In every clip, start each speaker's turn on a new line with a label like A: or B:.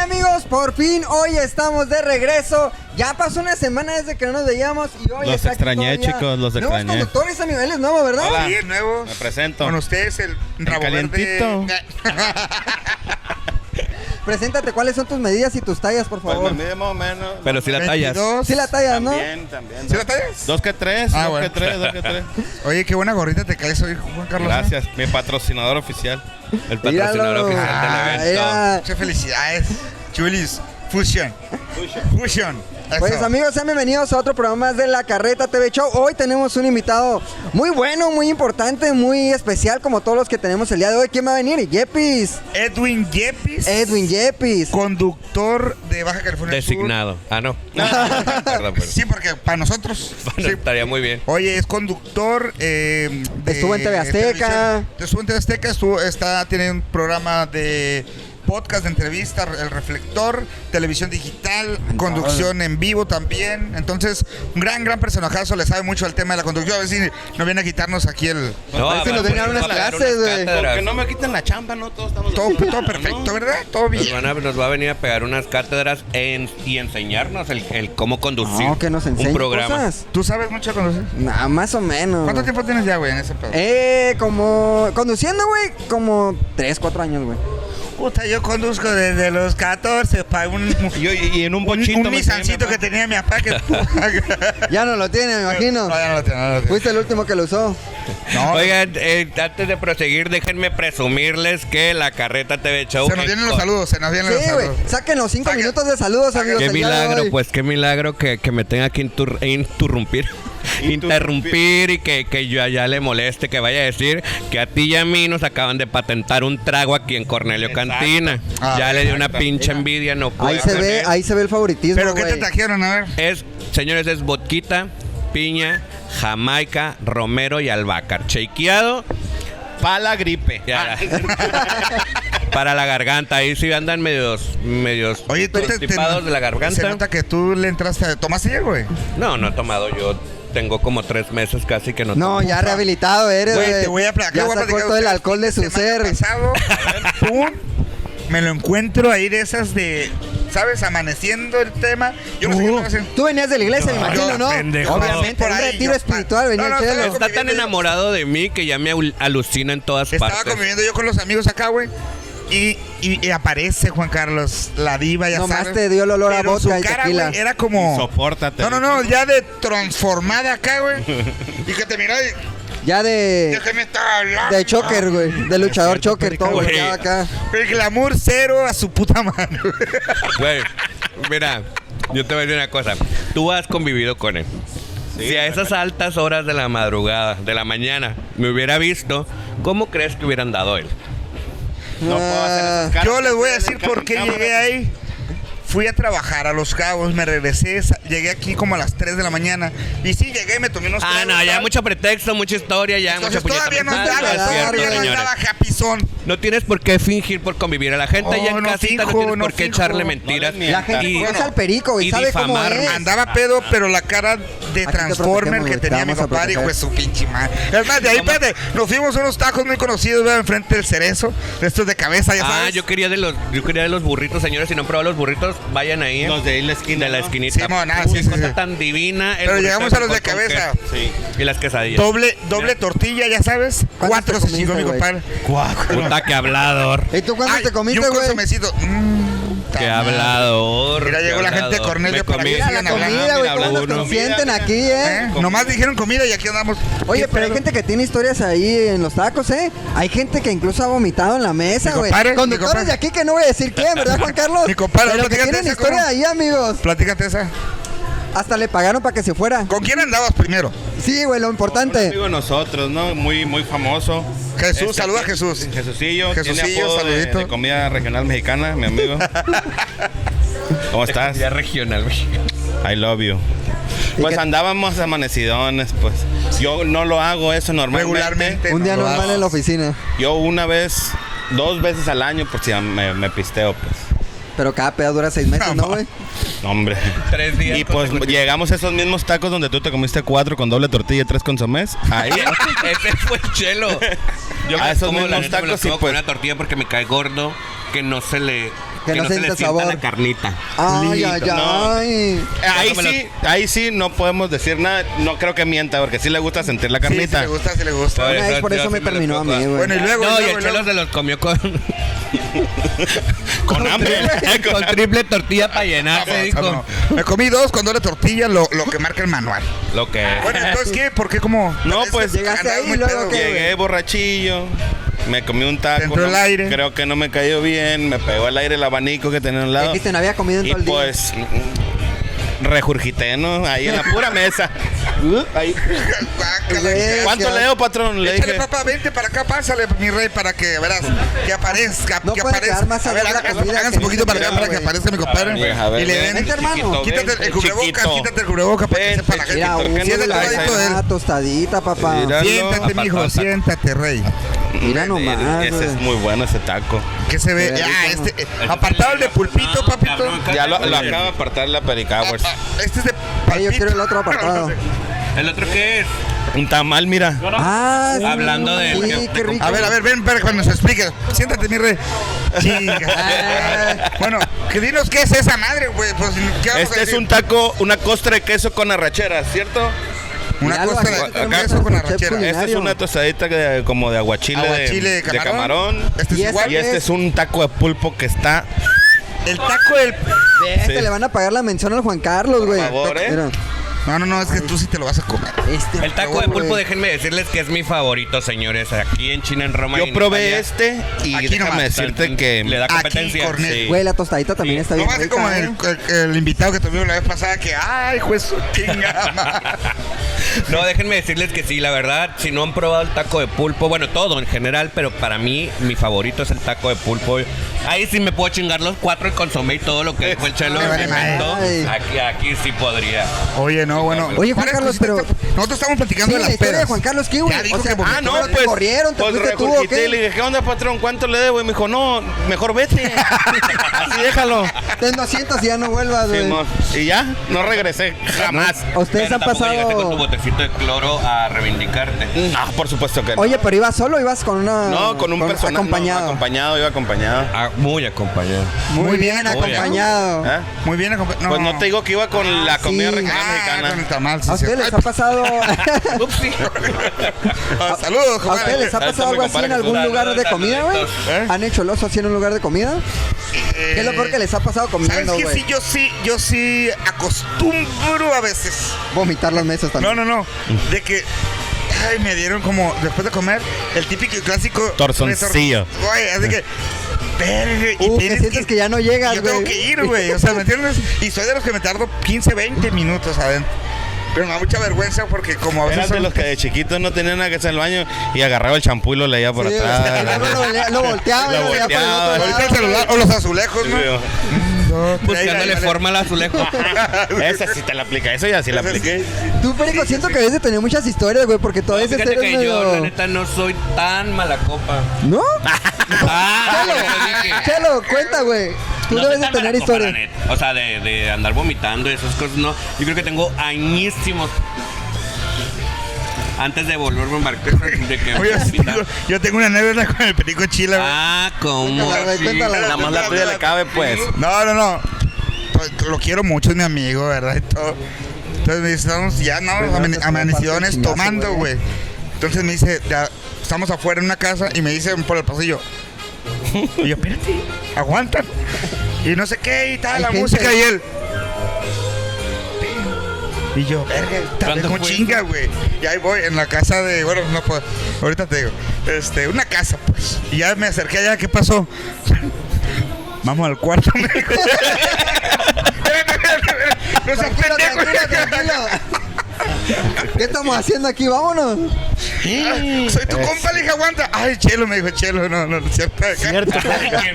A: amigos, por fin hoy estamos de regreso. Ya pasó una semana desde que no nos veíamos y hoy
B: Los
A: está aquí
B: extrañé,
A: todavía
B: chicos, los
A: nuevos
B: extrañé.
A: conductores a niveles nuevos, ¿verdad?
B: Hola.
C: Sí, nuevos.
B: Me presento.
C: Con ustedes el rabo
B: calientito.
C: verde.
A: Preséntate cuáles son tus medidas y tus tallas, por
D: Pues me
A: favor.
D: mide más o menos.
B: Pero si la tallas.
C: 22.
A: sí la tallas, ¿no?
D: También, también.
C: ¿Sí la tallas?
B: Dos que tres,
C: Ah,
B: dos
C: bueno.
B: que tres, dos que tres.
C: Oye, qué buena gorrita te caes hoy, Juan Carlos. ¿eh?
B: Gracias, mi patrocinador oficial. El
A: Míralo.
B: patrocinador oficial
C: Ah,
B: del evento.
A: mira.
C: Muchas felicidades. Chulis, Fusion. Fusion. Eso.
A: Pues amigos, sean bienvenidos a otro programa más de La Carreta TV Show. Hoy tenemos un invitado muy bueno, muy importante, muy especial como todos los que tenemos el día de hoy. ¿Quién va a venir? Yepis.
C: Edwin Yepis.
A: Edwin Yepis.
C: Conductor de Baja California
E: Designado. Ah, no. Perdón,
C: Sur.
B: pues.
E: perdón.
C: Sí, porque para nosotros.
E: Bueno,
C: sí.
E: Estaría muy bien.
C: Oye, es conductor. eh, de
A: Estuvo en TV Azteca.
C: televisión. Estuvo en TV Azteca, estuvo, está, tiene un programa de podcast, de entrevista, El Reflector, televisión digital, conducción en vivo también. Entonces, un gran, gran personajazo, le sabe mucho al tema de la conducción. A ver si no viene a quitarnos aquí el...
E: No,
A: Este nos
E: aparte,
A: viene a dar unas
E: va haber
A: clases,
E: unas
A: güey.
E: cátedras.
D: Porque no me quiten la chamba, ¿no? Todos estamos.
C: Todo,
D: haciendo
C: todo
D: la chamba,
C: perfecto,
D: ¿no?
C: ¿verdad? Todo
E: Nos,
C: bien.
E: van a- nos va a venir a pegar unas cátedras en- y enseñarnos el, el cómo conducir
A: No, que nos enseñe
E: un programa.
A: cosas.
C: ¿Tú sabes mucho de conducir?
A: Nah, más o menos.
C: ¿Cuánto tiempo tienes ya, güey, en ese pedo?
A: Eh, como. Conduciendo, güey, como 3, 4 años, güey.
C: Puta, yo conduzco desde los 14 para un...
B: Yo, y y en un bochito.
C: Un,
B: me
C: Nissancito que
B: enseñé,
C: tenía mi papá que...
A: Ya no lo tiene, me imagino.
C: No, ya no lo tengo, no lo tengo.
A: Fuiste el último que lo usó.
C: No,
E: Oigan, eh, antes de proseguir, déjenme presumirles que la Carreta TV Show.
C: se nos vienen los
E: con-
C: saludos, se nos vienen los
A: Sí, güey.
C: saludos.
A: Saquen los 5
C: Saquen-
A: minutos de saludos, amigos.
E: Qué
A: el día de
E: milagro,
A: hoy.
E: pues qué milagro que, que me tenga que intur- interrumpir. Interrumpir y que, que yo allá le moleste, que vaya a decir que a ti y a mí nos acaban de patentar un trago aquí en Cornelio Cantina.
C: Ah,
E: ya le dio una
B: exacto.
E: pinche envidia, no puedo.
A: Ahí se
E: con
A: ve,
E: él.
A: ahí se ve el favoritismo.
C: ¿Pero qué te
A: güey.
C: trajeron? A ver.
E: Es, señores, es vodquita, piña, jamaica, romero y albahaca. Chequeado
B: Pa' la gripe.
E: ya. Ah. para la garganta. Ahí sí andan medios, medios
C: Oye, tú te, te-
E: constipados de la
C: Se
E: garganta.
C: nota que tú le entraste a... ¿Tomaste ya, güey?
E: No, no he tomado yo. Tengo como tres meses casi que no
A: No,
E: tomo.
A: ya rehabilitado eres,
C: Güey, te voy a platicar.
A: Eh, Ya
C: voy a
A: sacó
C: platicar
A: todo el
C: ustedes.
A: alcohol de su
C: Semana
A: ser.
C: pasado, pum, me lo encuentro ahí de esas de... ¿Sabes? Amaneciendo el tema. Yo no sé qué
A: Tú,
C: estaba haciendo.
A: Uh. tú venías de la iglesia, me
C: Yo,
A: imagino, ¿no?
E: pendejo.
A: Obviamente,
C: Por
A: un
C: ahí,
A: retiro
C: yo,
A: espiritual venía
C: no, no,
A: el chelo.
C: estaba
E: Está tan enamorado de mí que ya me al- alucina en todas
C: Estaba
E: partes.
C: conviviendo yo con los amigos acá, güey. Y, y- y aparece Juan Carlos, la diva, ya
A: Nomás
C: sabes.
A: te dio el olor a
C: Pero su
A: vodka y
C: cara,
A: tequila.
C: güey, era como...
B: Sopórtate.
C: No, no, no, ya de transformada acá, güey. Y que te miró y...
A: Ya
C: ¿De
A: de,
C: qué me está hablando?
A: de choker, güey. De luchador choker, todo
E: güey.
A: volteado acá.
C: El glamour cero a su puta madre.
E: Güey, mira, yo te voy a decir una cosa. Tú has convivido con él. si a esas altas horas de la madrugada, de la mañana, me hubiera visto, ¿cómo crees que hubieran dado él?
B: No puedo hacer
A: Ah.
B: esas caras.
C: Yo les voy a decir por qué llegué ahí. Fui a trabajar a Los Cabos, me regresé, sa- llegué aquí como a las 3 de la mañana. Y sí, llegué, me tomé unos
E: Ah,
C: tragos,
E: no, ya
C: tal.
E: mucho pretexto, mucha historia, ya
C: Entonces
E: mucha
C: todavía
E: puñeta
C: no
E: mental,
C: estaba,
A: es
E: cierto,
C: todavía no
E: señores.
C: estaba japizón.
E: No tienes por qué fingir por convivir a la gente,
C: Oh,
E: ya en
C: no finjo,
E: casita no tienes
C: no
E: por qué
C: finjo.
E: echarle
C: No
E: mentiras.
B: le mientas.
A: La gente
E: Y-
A: conoce al perico y,
E: y
A: sabe cómo
E: difamarme.
A: es.
C: Andaba pedo, pero la cara de
A: te
C: Transformer
A: protegemos,
C: que
A: güey, te
C: tenía mi
A: vamos a
C: papá dijo,
A: proteger.
C: pues su pinche madre. Es más, de ahí, espérate, nos fuimos a unos tacos muy conocidos, ¿verdad? Enfrente del cerezo, de estos de cabeza, ya sabes.
E: Ah, yo quería de los, yo quería de los burritos, señores. Si no han probado los burritos, vayan ahí.
B: Los de ahí la esquina.
E: de la
B: ¿no?
E: esquinita.
C: Simón, ah,
E: Uy,
C: sí, sí,
E: cosa
C: sí.
E: tan divina. el
C: Pero
E: burrito
C: llegamos a los de
E: frijol con
C: cabeza.
E: queso.
B: Sí.
E: Y las quesadillas.
C: Doble, doble tortilla, ya sabes.
A: ¿Cuántos
C: Cuatro
A: te
C: se chingó mi
A: comiste, güey?
C: compadre.
E: Puta, que hablador.
A: ¿Y tú cuándo
C: Ay,
A: te
C: y
A: comiste,
C: un
A: güey?
C: consomecito. Mm, ta
E: Que
C: madre.
E: hablador.
C: Mira,
E: qué
C: llegó la gente de
E: hablador.
C: Cornelio
E: Me
C: para
E: comí-
C: que
A: Mira la
C: Hablando,
A: comida, güey,
E: mira,
A: cómo nos
E: hablando.
A: consienten
B: Mira,
A: aquí,
C: ¿Eh?
A: ¿eh?
C: Nomás dijeron comida y aquí andamos.
A: Oye,
C: ¿Qué
A: pero hay
C: pedo?
A: gente que tiene historias ahí en los tacos, ¿eh? Hay gente que incluso ha vomitado en la mesa,
C: Mi
A: güey.
C: compadre, mi
A: Conductores
C: compadre.
A: de aquí que no voy a decir quién, ¿verdad, Juan Carlos?
C: Mi compadre,
A: Pero que
C: platícate
A: tienen
C: esa,
A: historia
C: ¿cómo?
A: ahí, amigos.
C: Platícate esa.
A: Hasta le pagaron para que se fuera.
C: ¿Con quién andabas primero?
A: Sí, güey, lo
B: Un
A: importante.
B: amigo de nosotros, ¿no? Muy, muy famoso.
C: Jesús, saluda a
B: aquí-
C: Jesús.
B: eh, Jesucillo.
C: Jesucillo,
B: Este, tiene apodo de-
C: saludito.
B: De, comida regional mexicana, mi amigo. ¿Cómo estás?
E: Ya regional, güey.
B: I love you. Pues
A: qué-
B: andábamos amanecidones, pues. Yo no lo hago eso normalmente.
C: Regularmente.
A: Un día
C: no lo
A: normal
C: hago.
A: en la oficina.
B: Yo una vez, dos veces al año, por si me, me pisteo, pues.
A: Pero cada peda dura seis meses, ¿no, güey?
B: No, hombre.
E: Tres días.
B: Y pues llegamos a esos mismos tacos donde tú te comiste cuatro con doble tortilla y tres consomés. Ahí.
E: Ese fue el chelo.
B: A
E: me
B: esos
E: como, la
B: mismos
E: neta, me
B: tacos,
E: los
B: sí,
E: como con
B: pues.
E: una tortilla porque me cae gordo, que no se le
A: Que no
E: se
A: sienta
E: le sienta
A: sabor.
E: la carnita.
C: Ah.
A: Ay, ay,
B: Listo, no.
A: ay.
B: Eh, Ahí
E: Pásamelo.
B: sí, ahí sí no podemos decir nada. No creo que mienta, porque sí le gusta sentir la
C: Sí, si
B: carnita.
C: le gusta, si le gusta.
E: Oye,
A: Una vez
E: eso
A: por
E: yo
A: eso
E: sí
A: me
E: me lo
A: terminó a
E: toco.
A: mí, güey.
C: Bueno, y luego.
E: no,
C: y luego,
E: y el
C: y luego.
E: chelo se los comió con,
B: con hambre.
E: con triple tortilla para llenarse,
C: Vámonos,
E: dijo.
C: vámonos. Me comí dos con doble tortilla, lo, lo que marca el manual.
E: Lo que
C: Bueno, entonces, eh, ¿qué? ¿Por qué? ¿Cómo?
B: No, pues,
A: llegaste
C: andabas
A: ahí,
C: muy
A: luego,
C: pedo.
A: ¿qué?
B: Llegué borrachillo. Me comí un taco.
C: Dentro del
B: no-
C: aire.
B: Creo que no me cayó bien. Me pegó al aire el abanico que tenía al lado.
A: Dijiste, no había comido en
B: Y
A: todo el día.
B: pues mm, rejurgité, ¿no? Ahí en la pura mesa. Uh, ahí.
C: Guácala,
A: Güey.
B: ¿Cuánto
A: Gracias.
B: leo, patrón? Le
C: Échale,
B: dije.
C: papá, vente para acá, pásale, mi rey, para que verás, que aparezca,
A: No
C: que
A: puede
C: aparezca.
A: quedar más
C: a ver,
A: sabor la
C: hagan-
A: comida
C: háganse
A: que
C: un poquito
A: no
C: para acá
A: queda,
C: para que
A: güey.
C: aparezca mi compadre.
B: ver, a ver,
C: y le
B: ven.
C: den,
A: Vente, hermano.
C: quítate el,
B: Vente,
C: cubrebocas,
B: chiquito.
C: quítate el cubrebocas para que
B: Vente,
C: sepa la gente.
A: Mira,
B: chiquito,
A: un
B: ¿qué
C: Sí, es
B: no
C: del
B: traes ahí?
C: ladito de él.
A: una tostadita, papá.
B: Mira.
C: Siéntate,
E: Aparte,
C: mijo,
E: aparte.
C: siéntate, rey.
A: Mira nomás,
B: Ese es
A: güey.
B: muy bueno ese taco.
C: Que se ve.
A: Qué
C: Ah,
A: rico.
C: este. eh, Apartado el de pulpito, papito.
E: cabrón,
B: Ya lo, lo acaba de apartar la
C: Ah,
B: Pericowers.
C: ah, Este es de
A: Ay, yo
C: palpito.
A: quiero el otro apartado.
E: ¿El otro qué es?
B: Un tamal, mira.
A: Ah, sí,
E: Hablando de-
A: sí,
E: de-
A: qué
E: de-
A: rico.
C: A ver, a ver, ven para que nos expliques. Siéntate, mi rey. Chinga. bueno, que dinos qué es esa madre, güey. Pues, ¿qué vamos a
B: Este es
C: decir?
B: un taco, una costra de queso con arrachera, ¿cierto?
C: Una
A: Míralo,
C: cosa
A: aquí
C: de un
A: tenemos
C: queso con
A: nuestro chef
C: arrachera.
B: Esta es
A: Culinario.
B: una tostadita de- como de aguachile, de-
C: Aguachile
B: de, camarón.
C: Este es
A: Y esa-
C: igual.
B: Y este es un taco de pulpo que está.
C: El taco del.
A: Este
B: Sí.
A: le van a pagar la mención al Juan Carlos, güey.
B: favor, ¿eh?
A: Mira,
C: No, no, no, es que tú sí te lo vas a comer.
A: este
E: El taco de
A: güey.
E: pulpo, déjenme decirles que es mi favorito, señores. Aquí en China, en Roma. y
B: Yo
E: en
B: probé
E: Italia.
B: este y
C: Aquí
B: déjame
C: nomás.
B: decirte que.
E: Le da
C: Aquí,
E: competencia.
C: Cornel.
E: sí.
A: Güey, la tostadita también
E: Sí.
A: está
C: No
A: bien
C: va a ser
A: rica,
C: como
A: ¿eh?
C: el, el- el invitado que tuvimos la vez pasada que, ay, juez, su chinga. madre".
E: No, déjenme decirles que sí, la verdad, si no han probado el taco de pulpo, bueno, todo en general, pero para mí, mi favorito es el taco de pulpo. Ahí sí me puedo chingar los cuatro y consomé y todo lo que dijo el chelo.
C: Me vale madre.
E: Inventó. Aquí, aquí sí podría.
C: Oye, no, bueno.
A: Oye, Juan
C: varias
A: Carlos,
C: cositas
A: pero-
C: que- Nosotros estamos
A: Sí,
C: platicando de
A: la
C: las
A: historia
C: pedas.
A: de Juan Carlos, ¿qué, güey?
C: Ya dijo
A: O sea,
C: que-
B: Ah, no,
A: Pero te
B: pues.
A: corrieron, te
B: pues
A: fuiste tú, ¿o
B: regurgité
A: qué?
B: y le dije, ¿qué onda, patrón? ¿Cuánto le debo? Y me dijo, no, mejor vete. Así déjalo.
A: Ten 200 y ya no vuelvas, güey.
B: Simón. y ya, no regresé. Jamás.
A: ¿A Ustedes
E: Pero
A: han
E: tampoco llegaste con tu
A: pasado. Mm.
E: botecito de cloro a reivindicarte.
B: No, Ah, por supuesto que no.
A: Oye, pero ibas solo, o ibas con una.
B: no, con un personaje.
A: Acompañado.
B: acompañado, iba acompañado.
E: Ah, muy acompañado.
A: Muy bien, acompañado.
B: ¿Ah?
C: Muy bien, acompa-
B: Pues no te digo que iba con la comida
A: sí.
B: regional
C: Ah, con el
B: mexicana.
C: tamal, sí,
A: ¿A
C: sí.
A: ustedes les
C: Ay,
A: ha pasado,
E: Upsi.
C: ah, Saludos,
A: ¿a ustedes les
C: compadre.
A: ha
B: Ahí está
A: pasado
B: mi
A: algo así
B: compadre
A: en
B: Jesús.
A: algún lugar de
E: Saludos,
A: comida, güey?
E: saluditos.
C: ¿Eh?
A: ¿Han hecho el oso así en un lugar de comida? ¿Qué es lo peor que les ha pasado
C: ¿Sabes
A: comiendo,
C: qué? Sí,
A: güey?
C: yo sí, yo sí acostumbro a veces.
A: Vomitar las mesas
C: No,
A: también.
C: no, no. De que. Ay, me dieron como. Después de comer, el típico y clásico.
B: Torzoncillo.
C: Güey, así que. verga, y
A: Uh, que
C: tienes
A: sientes que ya no llegas,
C: Yo tengo
A: güey.
C: que ir, güey. O sea, ¿me entiendes? Y soy de los que me tardo 15, 20 minutos adentro. Pero me da mucha vergüenza porque, como a veces.
B: Eran de
C: son-
B: los que de chiquitos no tenían nada que hacer en el baño y agarraba el champú y lo leía por
A: Sí,
B: atrás.
A: luego lo volea- Lo volteaba, y
B: Lo
A: lo veía por el
B: volteaba.
A: otro lado,
C: Ahorita el
A: güey.
C: celular o los azulejos, ¿no? pues,
E: Buscándole
C: Ahí, ahí,
E: forma al azulejo.
B: Esa sí te la aplica, eso ya sí la aplica.
A: Tú, Perico, siento que debes de tener muchas historias, güey, porque todo ese
E: Fíjate
A: eres
E: que yo, la
A: medio...
E: neta, no soy tan mala copa.
A: ¿No?
E: Ah,
A: Chelo,
E: yo dije.
A: Chelo, cuenta, güey. Tú
E: No
A: debes
E: soy
A: de tener
E: tan mala copa, la
A: historias.
E: neta. O sea, de, de andar vomitando y esas cosas, no. Yo creo que tengo añísimos. Antes de volverme a embarcar, de que
C: Oye, yo tengo- yo tengo una anécdota con el perico chila, güey.
E: Ah, como.
A: Cuéntala, güey, cuéntala.
B: Nada más la tuya le cabe, pues.
C: No, no, no. Pues, lo quiero mucho, es mi amigo, ¿verdad? Y todo. Entonces me dice, estamos ya, no,
A: Pero
C: amane-
A: antes
C: amanecidones
A: fue parte del
C: tomando,
A: chingazo, güey.
C: güey. Entonces me dice, ya, estamos afuera en una casa y me dice por el pasillo. Y yo, espérate, aguanta. Y no sé qué, y tal,
A: Hay
C: la
A: gente.
C: música y él. Y yo, verga, también
E: ¿Cuándo
C: como
E: fue
C: chinga, güey. Y ahí voy en la casa de, bueno, no puedo, ahorita te digo. Este, una casa, pues. Y ya me acerqué allá, ¿qué pasó? Vamos al cuarto, me dijo. No seas
A: Tranquilo,
C: pendejo.
A: tranquilo, tranquilo. ¿Qué estamos haciendo aquí? Vámonos.
C: Ah, Soy
B: Eh,
C: tu compa, le dije, aguanta. Ay, chelo, me dijo, chelo, no, no, no es cierto.
B: Cierto.
E: Qué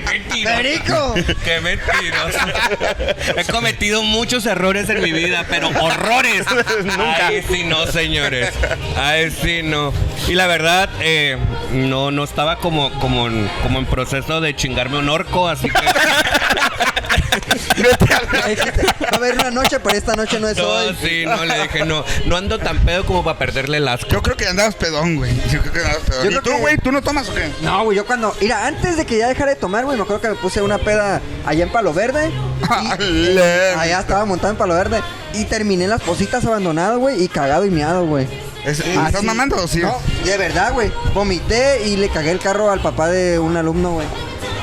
E: mentiroso.
A: Perico.
E: Qué mentiroso. He cometido muchos errores en mi vida, pero horrores.
B: Nunca.
E: Ay, sí, no, señores. Ay, sí, no. Y la verdad, eh, no, no estaba como, como, en, como en proceso de chingarme un orco, así que.
C: Vete
A: Va a haber una noche, pero esta noche no es
E: No,
A: hoy.
E: sí, no, le dije, no, no ando tan pedo como para perderle el asco.
C: Yo creo que andabas pedón, güey. Yo creo que andabas
A: Yo
C: pedón.
A: creo
C: ¿Y tú,
A: que-
C: güey? ¿Tú no tomas o qué?
A: No, güey, yo cuando. Mira, antes de que ya dejara de tomar, güey, me acuerdo que me puse una peda allá en Palo Verde.
C: Ale.
A: Allá estaba montado en Palo Verde. Y terminé en las positas abandonado, güey, y cagado y miado, güey.
C: Es-
A: Ah,
C: ¿Estás
A: sí.
C: mamando o sí?
A: No, de verdad, güey. Vomité y le cagué el carro al papá de un alumno, güey.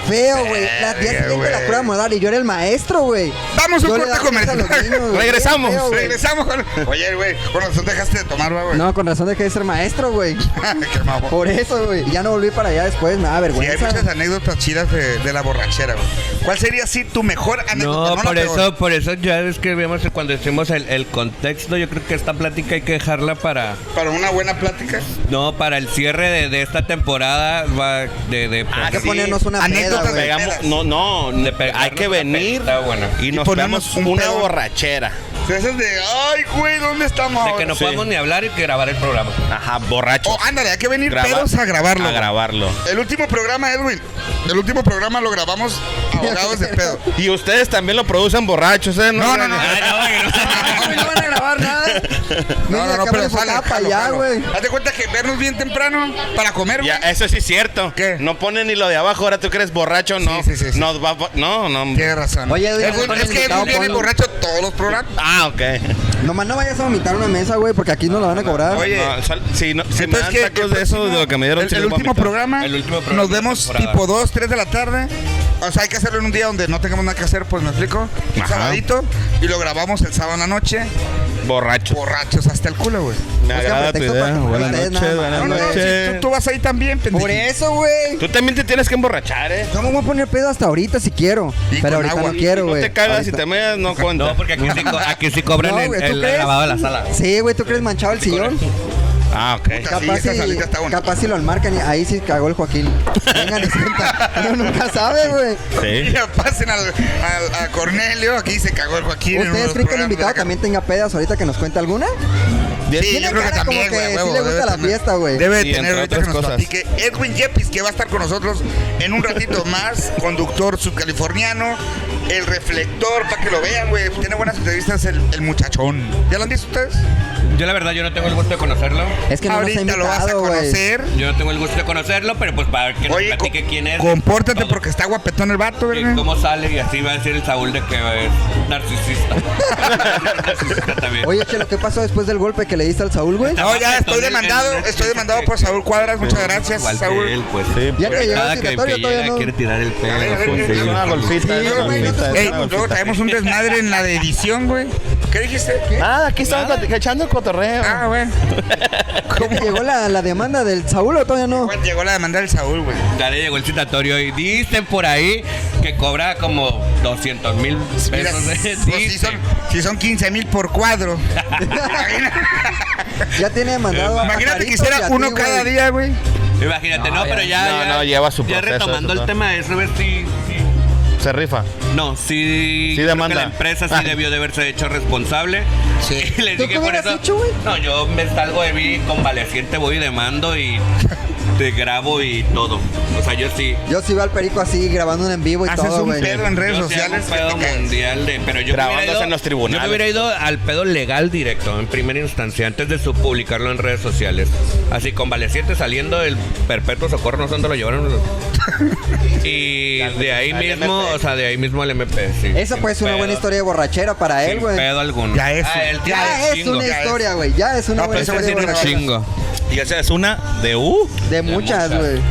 A: Feo, güey. La tía
C: Verga,
A: siguiente la
C: güey.
A: prueba modal y yo era el maestro, güey.
C: Vamos a
A: Yo
C: un
A: le
C: corte
A: daba clases a los
C: comercial.
A: niños, güey.
B: Regresamos.
A: Bien feo, güey.
C: Regresamos con... Oye, güey, con razón dejaste de tomar, va, güey.
A: No, con razón dejé de ser maestro, güey.
C: Qué mamón.
A: Por eso, güey. Ya no volví para allá después, nada,
C: Sí, hay
A: vergüenza.
C: muchas anécdotas chidas de, de la borrachera, güey. ¿Cuál sería, sí, tu mejor anécdota?
E: Ah, No,
C: la
E: por
C: peor.
E: eso, por eso ya es que vemos que cuando decimos el, el contexto, yo creo que esta plática hay que dejarla para,
C: Para una buena plática.
E: no, para el cierre de, de esta temporada va de, de
B: Ah,
A: Hay que
B: sí.
A: ponernos una peda,
C: Anécdotas
A: güey.
C: de-
B: Pegamos- no, no,
E: De
B: hay
E: pegarnos
B: que
E: la
B: venir
E: peda, bueno.
B: y nos
C: ponernos
B: pegamos
C: un
B: una
C: pedo.
B: borrachera.
C: De esas de, ay, güey, ¿dónde estamos
E: de
C: ahora?
E: que no
B: sí.
E: podemos ni hablar y que grabar el programa.
B: Ajá, borracho.
C: Oh, ándale, hay que venir
B: Graba-
C: pedos a grabarlo.
B: A
C: güey.
B: grabarlo.
C: El último programa, Edwin. El último programa lo grabamos ahogados de pedo.
B: Y ustedes también lo producen borrachos, ¿eh?
C: No, no, no.
A: Ah, güey, no van a grabar nada.
C: No, no, no, pero sale.
A: para
C: jalo,
A: allá,
C: jalo.
A: güey.
C: Haz de cuenta que vernos bien temprano para comer, güey.
B: Ya, eh. eso sí es cierto.
C: ¿Qué?
B: No ponen ni lo de abajo, ahora tú crees borracho, no.
C: Sí, sí, sí, sí.
B: No, va- va- no, no.
C: Tienes razón.
A: Oye, Edwin,
C: Edwin,
A: ¿cuál
C: es
A: es el
C: que Edwin
A: invitado?
C: viene
A: Ponlo.
C: borracho todos los programas.
B: Ah, ok.
A: Nomás no vayas a vomitar una mesa, güey, porque aquí nos la van a cobrar.
C: Oye.
B: No, sal- si no, si me
C: Entonces,
B: dan
C: ¿qué?
B: tacos
C: ¿El
B: de eso,
C: próximo-
B: de lo que me dieron,
C: el,
B: sí
C: el
B: les voy a
C: último
B: vomitar.
C: programa,
E: El último programa
C: nos
E: de la
C: vemos
E: temporada.
C: tipo 2, 3 de la tarde. O sea, hay que hacerlo en un día donde no tengamos nada que hacer, pues me explico. Un
B: Ajá.
C: sabadito. Y lo grabamos el sábado en la noche,
B: Borracho.
C: borrachos hasta el culo, güey.
B: Me agrada tu
A: pretexto
B: idea.
A: para-
B: Buenas
A: para ustedes
B: noches,
A: nada más.
B: buenas
C: No, no, no,
B: noches.
C: si tú, tú vas ahí también, pendejo.
A: Por eso, güey.
B: Tú también te tienes que emborrachar, ¿eh?
A: No me voy a poner pedo hasta ahorita si quiero.
C: Y con
A: Pero ahorita
C: agua.
A: no quiero,
B: no
A: güey.
B: te cagas y
A: Ahorita.
B: te meas, no cuenta.
E: No, porque aquí sí, co- aquí sí cobran
A: No,
E: el,
A: güey, ¿tú
E: el- el
A: crees?
E: lavado de la sala.
A: Sí, güey, ¿tú crees manchado el sillón?
B: Ah, ok.
C: Puta, sí,
A: Capaz,
C: esa
A: si,
C: salita está buena.
A: capaz si lo enmarcan y ahí sí cagó el Joaquín. Venga, disculpa. Uno nunca sabe, güey.
C: Y
B: Sí.
C: ya pasen al, al- a Cornelio, aquí se cagó el Joaquín. en uno
A: ¿Ustedes
C: de los
A: creen que el
C: programas
A: invitado
C: de la-
A: también tenga pedas ahorita que nos cuente alguna?
C: Sí, yo
A: Tiene
C: creo que
A: cara como
C: también,
A: que
C: güey.
A: sí
C: a huevo,
A: le gusta
C: debe
A: la
C: tener-
A: fiesta, güey.
C: Debe
B: Sí,
C: tener
B: entre
C: ahorita que
B: otras
C: nos
B: cosas.
C: platique Edwin Yepis, que va a estar con nosotros en un ratito más. Conductor subcaliforniano. El reflector, para que lo vean, güey. Tiene buenas entrevistas el, el muchachón. ¿Ya lo han visto ustedes?
E: Yo la verdad, yo no tengo el gusto de conocerlo.
A: Es que no nos ha
C: ahorita lo vas a
A: invitado, güey.
C: conocer.
E: Yo no tengo el gusto de conocerlo, pero pues para que
C: Oye,
E: nos platique
C: co-
E: quién es.
C: compórtate
E: todo.
C: porque está guapetón el vato,
E: Y
C: ¿verdad?
E: cómo sale y así va a decir el Saúl de que es narcisista. narcisista también.
A: Oye, Chelo, ¿qué pasó después del golpe que le diste al Saúl, güey?
C: No, ya estoy
E: Entonces,
C: demandado.
E: entonces,
C: Estoy demandado por Saúl Cuadras. Muchas gracias,
E: este Igual que
C: Saúl.
E: él, pues.
A: Ya que llegó
E: Cada
A: el
E: que
A: giratorio todavía
E: llega
A: no.
E: quiere tirar el
C: A ver, a ver,
E: pelo.
C: a ver,
E: conseguir-
C: una
B: golfita,
A: Sí, una güey, no te- golfita,
C: Ey, luego traemos un desmadre en la de edición, güey. ¿Qué dijiste? ¿Qué?
B: Nada, aquí estamos platic- echando el cotorreo.
C: Ah, güey. ¿Cómo?
A: ¿Llegó la, la demanda del Saúl o todavía no?
C: Güey, Llegó la demanda del Saúl, güey.
E: Ya le llegó el citatorio y dicen por ahí que cobra como 200 mil
C: Mira,
E: pesos.
C: pues,
E: de
C: si, son, si son 15 mil por cuadro.
A: Ya tiene demandado a
C: Imagínate
A: Pajarito
C: que
A: y
C: hiciera
A: a ti,
C: uno
A: güey.
C: cada día, güey.
E: Imagínate, no,
B: ya-
E: pero ya.
B: no,
E: ya-
B: no, lleva su
E: Ya
B: proceso, eso,
E: retomando el
B: ¿no?
E: tema de eso, ves si. si-
B: Se rifa.
E: No, sí.
B: Sí
E: creo que
B: demanda.
E: La empresa sí
B: Ah.
E: debió de haberse hecho responsable.
C: Sí.
E: Y les
A: ¿Tú
E: dije
A: qué
E: por
A: hubieras
E: eso.
A: hecho, güey?
E: No, yo me salgo de mí convaleciente, voy y demando y te grabo y todo. O sea, yo sí.
A: Yo sí veo al perico así grabando un en vivo y
C: Haces
A: Pues todo,
C: un
A: güey.
C: pedo en redes
E: Yo sí hago
C: sociales.
E: un
C: que
E: pedo
C: te cagas.
E: mundial de, pero yo me hubiera
B: Grabándose
E: ido-
B: en los tribunales.
E: Yo me hubiera ido al pedo legal directo, en primera instancia, antes de su publicarlo en redes sociales. Así, convaleciente saliendo del perpetuo socorro, no sé dónde lo llevaron. y de ahí
B: al
E: mismo,
B: MP.
E: o sea, de ahí mismo al MP, sí.
A: Esa
E: sin
A: puede ser una
E: pedo,
A: buena historia de borrachera para él,
E: Sin
A: güey.
E: pedo alguno.
C: Ya es-
E: Ah, él tiene
A: Ya es
E: chingo.
A: una
C: ya es.
A: historia, güey. Ya es una
C: No,
A: buena
C: pero ese güey
A: historia de
C: tiene un
A: borrachera.
E: Chingo.
B: Y esa es una de U.
A: De muchas,
E: muchas.
A: güey.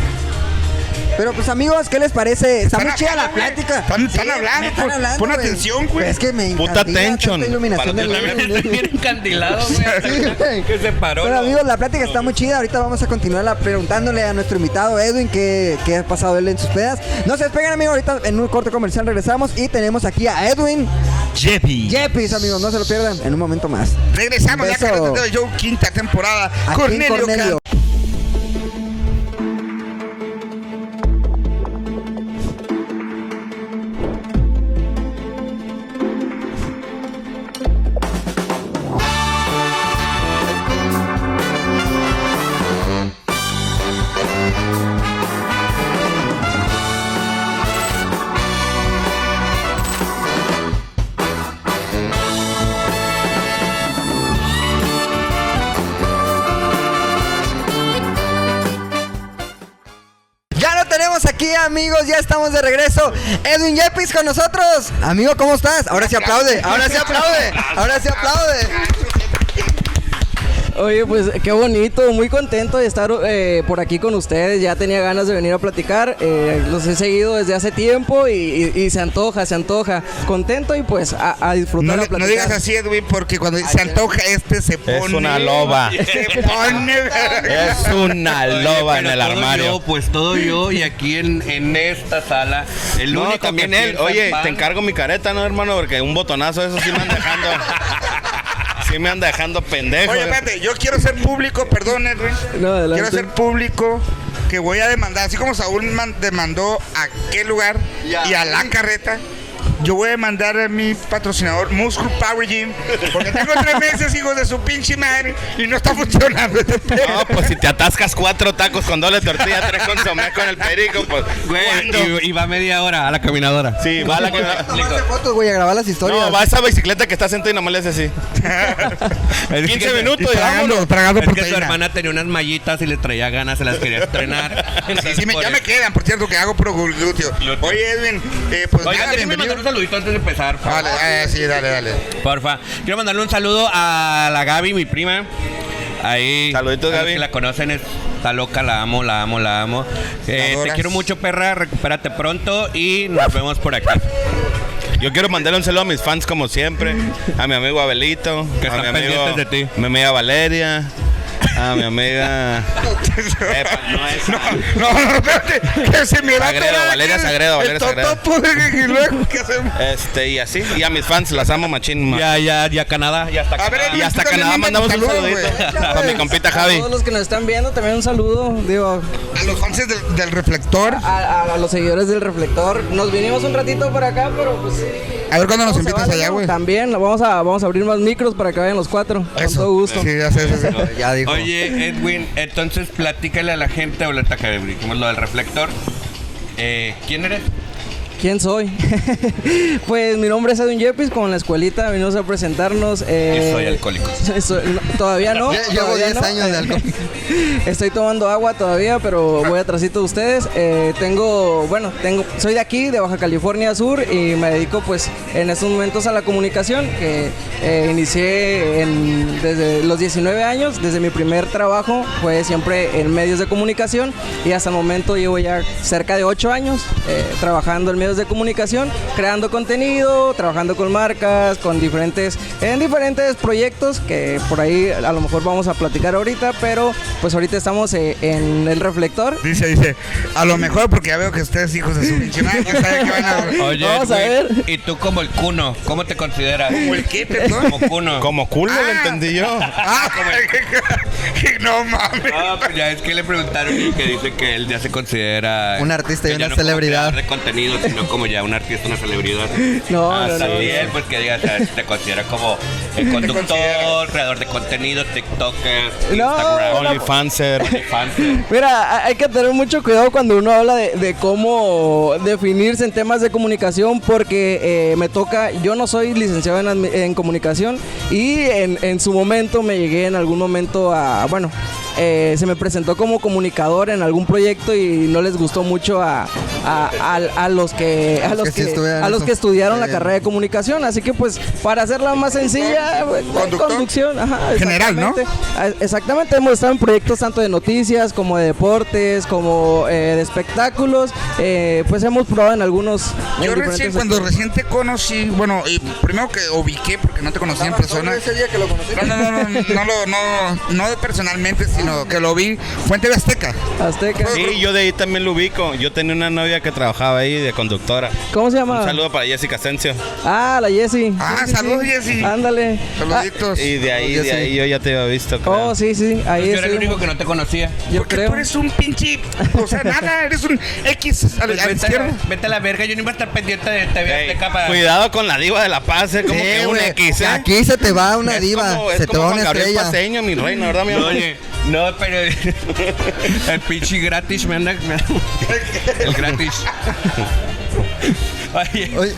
A: Pero pues amigos, ¿qué les parece? Está muy chida la
C: hablando, güey.
A: plática.
C: Están- están
A: Sí,
C: hablando,
A: me están
C: pon-
A: hablando,
C: pon
A: güey.
C: atención, güey.
A: Es que me
B: Puta
A: encandila
B: tention.
A: tanta iluminación
E: Yo
A: del
E: también
A: güey.
E: estoy bien encandilado,
A: Sí, güey.
E: güey. Que se paró.
A: Bueno
E: ¿no?
A: amigos, la plática está muy chida. Ahorita vamos a continuar la- preguntándole a nuestro invitado Edwin qué, qué ha pasado él en sus pedas. No se despeguen amigos, ahorita en un corte comercial regresamos y tenemos aquí a Edwin
C: Jeppy.
A: Yepis amigos, no se lo pierdan en un momento más.
C: Regresamos ya
A: Beso.
C: Carretas de Show, quinta temporada.
A: Aquí en
C: Cornelio,
A: Cornelio. Hola amigos, ya estamos de regreso. Edwin Yepis con nosotros. Amigo, ¿cómo estás? Ahora sí aplaude, ahora sí aplaude, ahora sí aplaude.
F: Oye, pues qué bonito, muy contento de estar eh, por aquí con ustedes. Ya tenía ganas de venir a platicar, eh, los he seguido desde hace tiempo y, y- y se antoja, se antoja. Contento y pues a, a
C: No,
F: disfrutar
C: le-
F: a
C: no
F: platicar.
C: digas así, Edwin, porque cuando se antoja este se pone.
B: Es una loba.
C: Se pone.
B: Es una loba en
E: Pero
B: el
E: todo yo,
B: armario.
E: pues todo yo y aquí en, en esta sala. El
B: No,
E: único
B: también
E: que
B: él.
E: piensa en
B: Oye,
E: pan.
B: te encargo mi careta, ¿no, hermano? Porque un botonazo, eso sí me anda dejando. sí me anda dejando pendejo.
C: Oye,
B: eh.
C: espérate, yo quiero ser público, perdón, Edwin.
F: No, adelante.
C: quiero ser público que voy a demandar, así como Saúl man- demandó a qué lugar y a la carreta. Yo voy a demandar a mi patrocinador Muscle Power Gym porque tengo tres meses, hijos de su pinche madre, y no está funcionando. este pedo.
B: No, pues si te atascas cuatro tacos con doble tortilla, tres con consomé con el perico, pues. ¿cuándo?
E: Güey, y, y va media hora a la caminadora.
B: Sí, va a la
A: Tómate fotos, güey, a grabar las historias.
B: No, va esa bicicleta que está sentada y nomás le hace así.
E: Es
B: 15
E: que-
B: minutos y
C: Tragando,
B: vámonos.
C: tragando
E: Es que su
C: proteína.
E: hermana tenía unas mallitas y le traía ganas, se las quería estrenar.
C: Sí, sí, me- ya me quedan, por cierto, que hago pro glúteo.
E: Glúteo.
C: Oye, Edwin, eh, pues
E: Oigan,
C: nada,
E: déjenme
C: bienvenido.
E: mandar un saludito antes de empezar.
C: Vale, eh, sí, dale, dale.
E: Porfa. Quiero mandarle un saludo a la Gaby, mi prima. Ahí.
B: Saluditos,
E: a los
B: Gaby.
E: que la conocen, es- está loca, la amo, la amo, la amo. Eh, te
C: Adoras.
E: quiero mucho, perra. Recupérate pronto y nos vemos por aquí.
B: Yo quiero mandarle un saludo a mis fans como siempre, a mi amigo Abelito,
E: Que
B: a
E: están
B: mi amigo,
E: pendientes de ti.
B: mi amiga Valeria, a mi amiga Epa, no es-
C: No, no, no, espérate. Que se me va a
B: Sagredo,
C: atorar
B: Valeria
C: aquí el-
B: Sagredo, Valeria
C: el
B: Sagredo.
C: totopo de- y luego, ¿qué hacemos?
B: este y así y a mis fans las amo machín. ma.
E: Ya, ya, ya, Canadá, ya está.
C: A ver,
B: Y
E: Canadá.
B: hasta
C: Tú también
B: Canadá
C: manda
B: mandamos
C: un
B: un
C: saludo,
B: saludito a mi compita
F: A
B: Javi.
F: todos los que nos están viendo también un saludo, digo,
C: A los fans del, del reflector.
F: a, a- a los seguidores del reflector. Nos vinimos un ratito para acá, pero pues sí.
C: A ver cuándo nos
F: se
C: invitas
F: vale,
C: allá,
F: ¿no?
C: güey.
F: También, la vamos a, vamos a abrir más micros para que vayan los cuatro. Con todo gusto.
C: Sí, ya sé, ya sé.
A: Ya dijo.
E: Oye, Edwin, entonces platícale a la gente, ahorita que dijimos lo del reflector. Eh, ¿Quién eres?
F: ¿Quién soy? pues mi nombre es Edwin Yepis, con la escuelita venimos a presentarnos. eh,
E: Yo soy alcohólico.
F: soy- no, todavía no.
A: Lle- llevo
F: todavía
A: 10 años de alcohol.
F: Estoy tomando agua todavía, pero voy atrasito de ustedes. Eh, tengo, bueno, tengo, soy de aquí, de Baja California Sur, y me dedico pues en estos momentos a la comunicación, que eh, inicié en- desde los 19 años, desde mi primer trabajo fue siempre en medios de comunicación, y hasta el momento llevo ya cerca de 8 años eh, trabajando en medios de comunicación, creando contenido, trabajando con marcas, con diferentes, en diferentes proyectos que por ahí a lo mejor vamos a platicar ahorita, pero pues ahorita estamos eh, en el reflector.
C: Dice, dice, a lo mejor porque ya veo que ustedes hijos de su pinche madre, ya saben que van a...
E: Oye,
F: Vamos a ver.
E: Y tú como el cuno, ¿cómo te consideras? Como
C: el qué, perdón?
E: cuno.
B: Como culo lo
C: Ah.
B: entendí yo.
C: Ah, no mames.
E: Ah, pues ya es que le preguntaron y que dice que él ya se considera
A: Un artista y
E: que ya
A: una
E: como
A: celebridad.
E: creador de contenido, sino como ya un artista, una celebridad.
F: No,
E: Ah,
F: no, no.
E: también, pues que diga, o sea, te considera como el conductor, creador de contenido, TikToker,
F: No,
E: Instagram,
F: no.
B: Onlyfanser.
E: OnlyFans.
F: Mira, ha- hay que tener mucho cuidado cuando uno habla de, de cómo definirse en temas de comunicación porque eh, me toca, yo no soy licenciado en, admi- en comunicación y en, en su momento me llegué en algún momento a, bueno, eh, se me presentó como comunicador en algún proyecto y no les gustó mucho a, a- a- a los que a los
A: que sí
F: que,
A: estudiaron
F: a los
A: eso.
F: que estudiaron la
A: Sí.
F: carrera de comunicación, así que pues para hacerla más sencilla, pues,
C: ¿Conductor?
F: conducción, ajá,
C: General, ¿no?
F: exactamente. Ah, Exactamente, hemos estado en proyectos tanto de noticias como de deportes, como eh, de espectáculos. Eh, pues hemos probado en algunos. en
C: Yo
F: diferentes
C: recién, cuando
F: sectores.
C: recién te conocí, bueno, y primero que ubiqué porque no te conocí en persona.
A: Ese día que lo conocí.
C: No, no, no, no, no, lo- no, no personalmente, sino que lo vi. Fue en TV Azteca.
F: Azteca.
B: Sí, yo de ahí también lo ubico. Yo tenía una novia que trabajaba ahí de conductora.
F: ¿Cómo se
B: Un
F: llama?
B: saludo para Jessica Asensio.
F: Ah, la Jessie.
C: Ah, saludos, Jessy.
F: Ándale.
E: Pues,
C: Saluditos.
B: Ah, Y de ahí,
C: Jessy.
B: de ahí yo ya te había visto.
F: Ah,
B: creo.
F: oh, sí, sí. Ahí
E: Yo era el
F: estuvimos.
E: único que no te conocía.
F: Yo
C: Porque
F: creo.
C: tú eres un pinche. O sea, nada, eres un X a la, a la
E: Pues Vete a la,
C: izquierda.
E: vete a la verga, yo no iba a estar pendiente de TV
B: Ey,
E: Azteca para...
B: cuidado con la diva de la paz, es como que
A: Sí,
B: un
A: güey,
B: X, ¿eh?
A: Aquí se te va una
B: Es
A: diva,
B: como- es
A: se te
B: como
A: va
B: Juan
A: una
B: Gabriel
A: estrella.
B: Paseño, mi reina, ¿verdad, mi amor?
E: Oye, no, pero el pinche gratis me anda. me- el gratis. Oye,
A: Oye,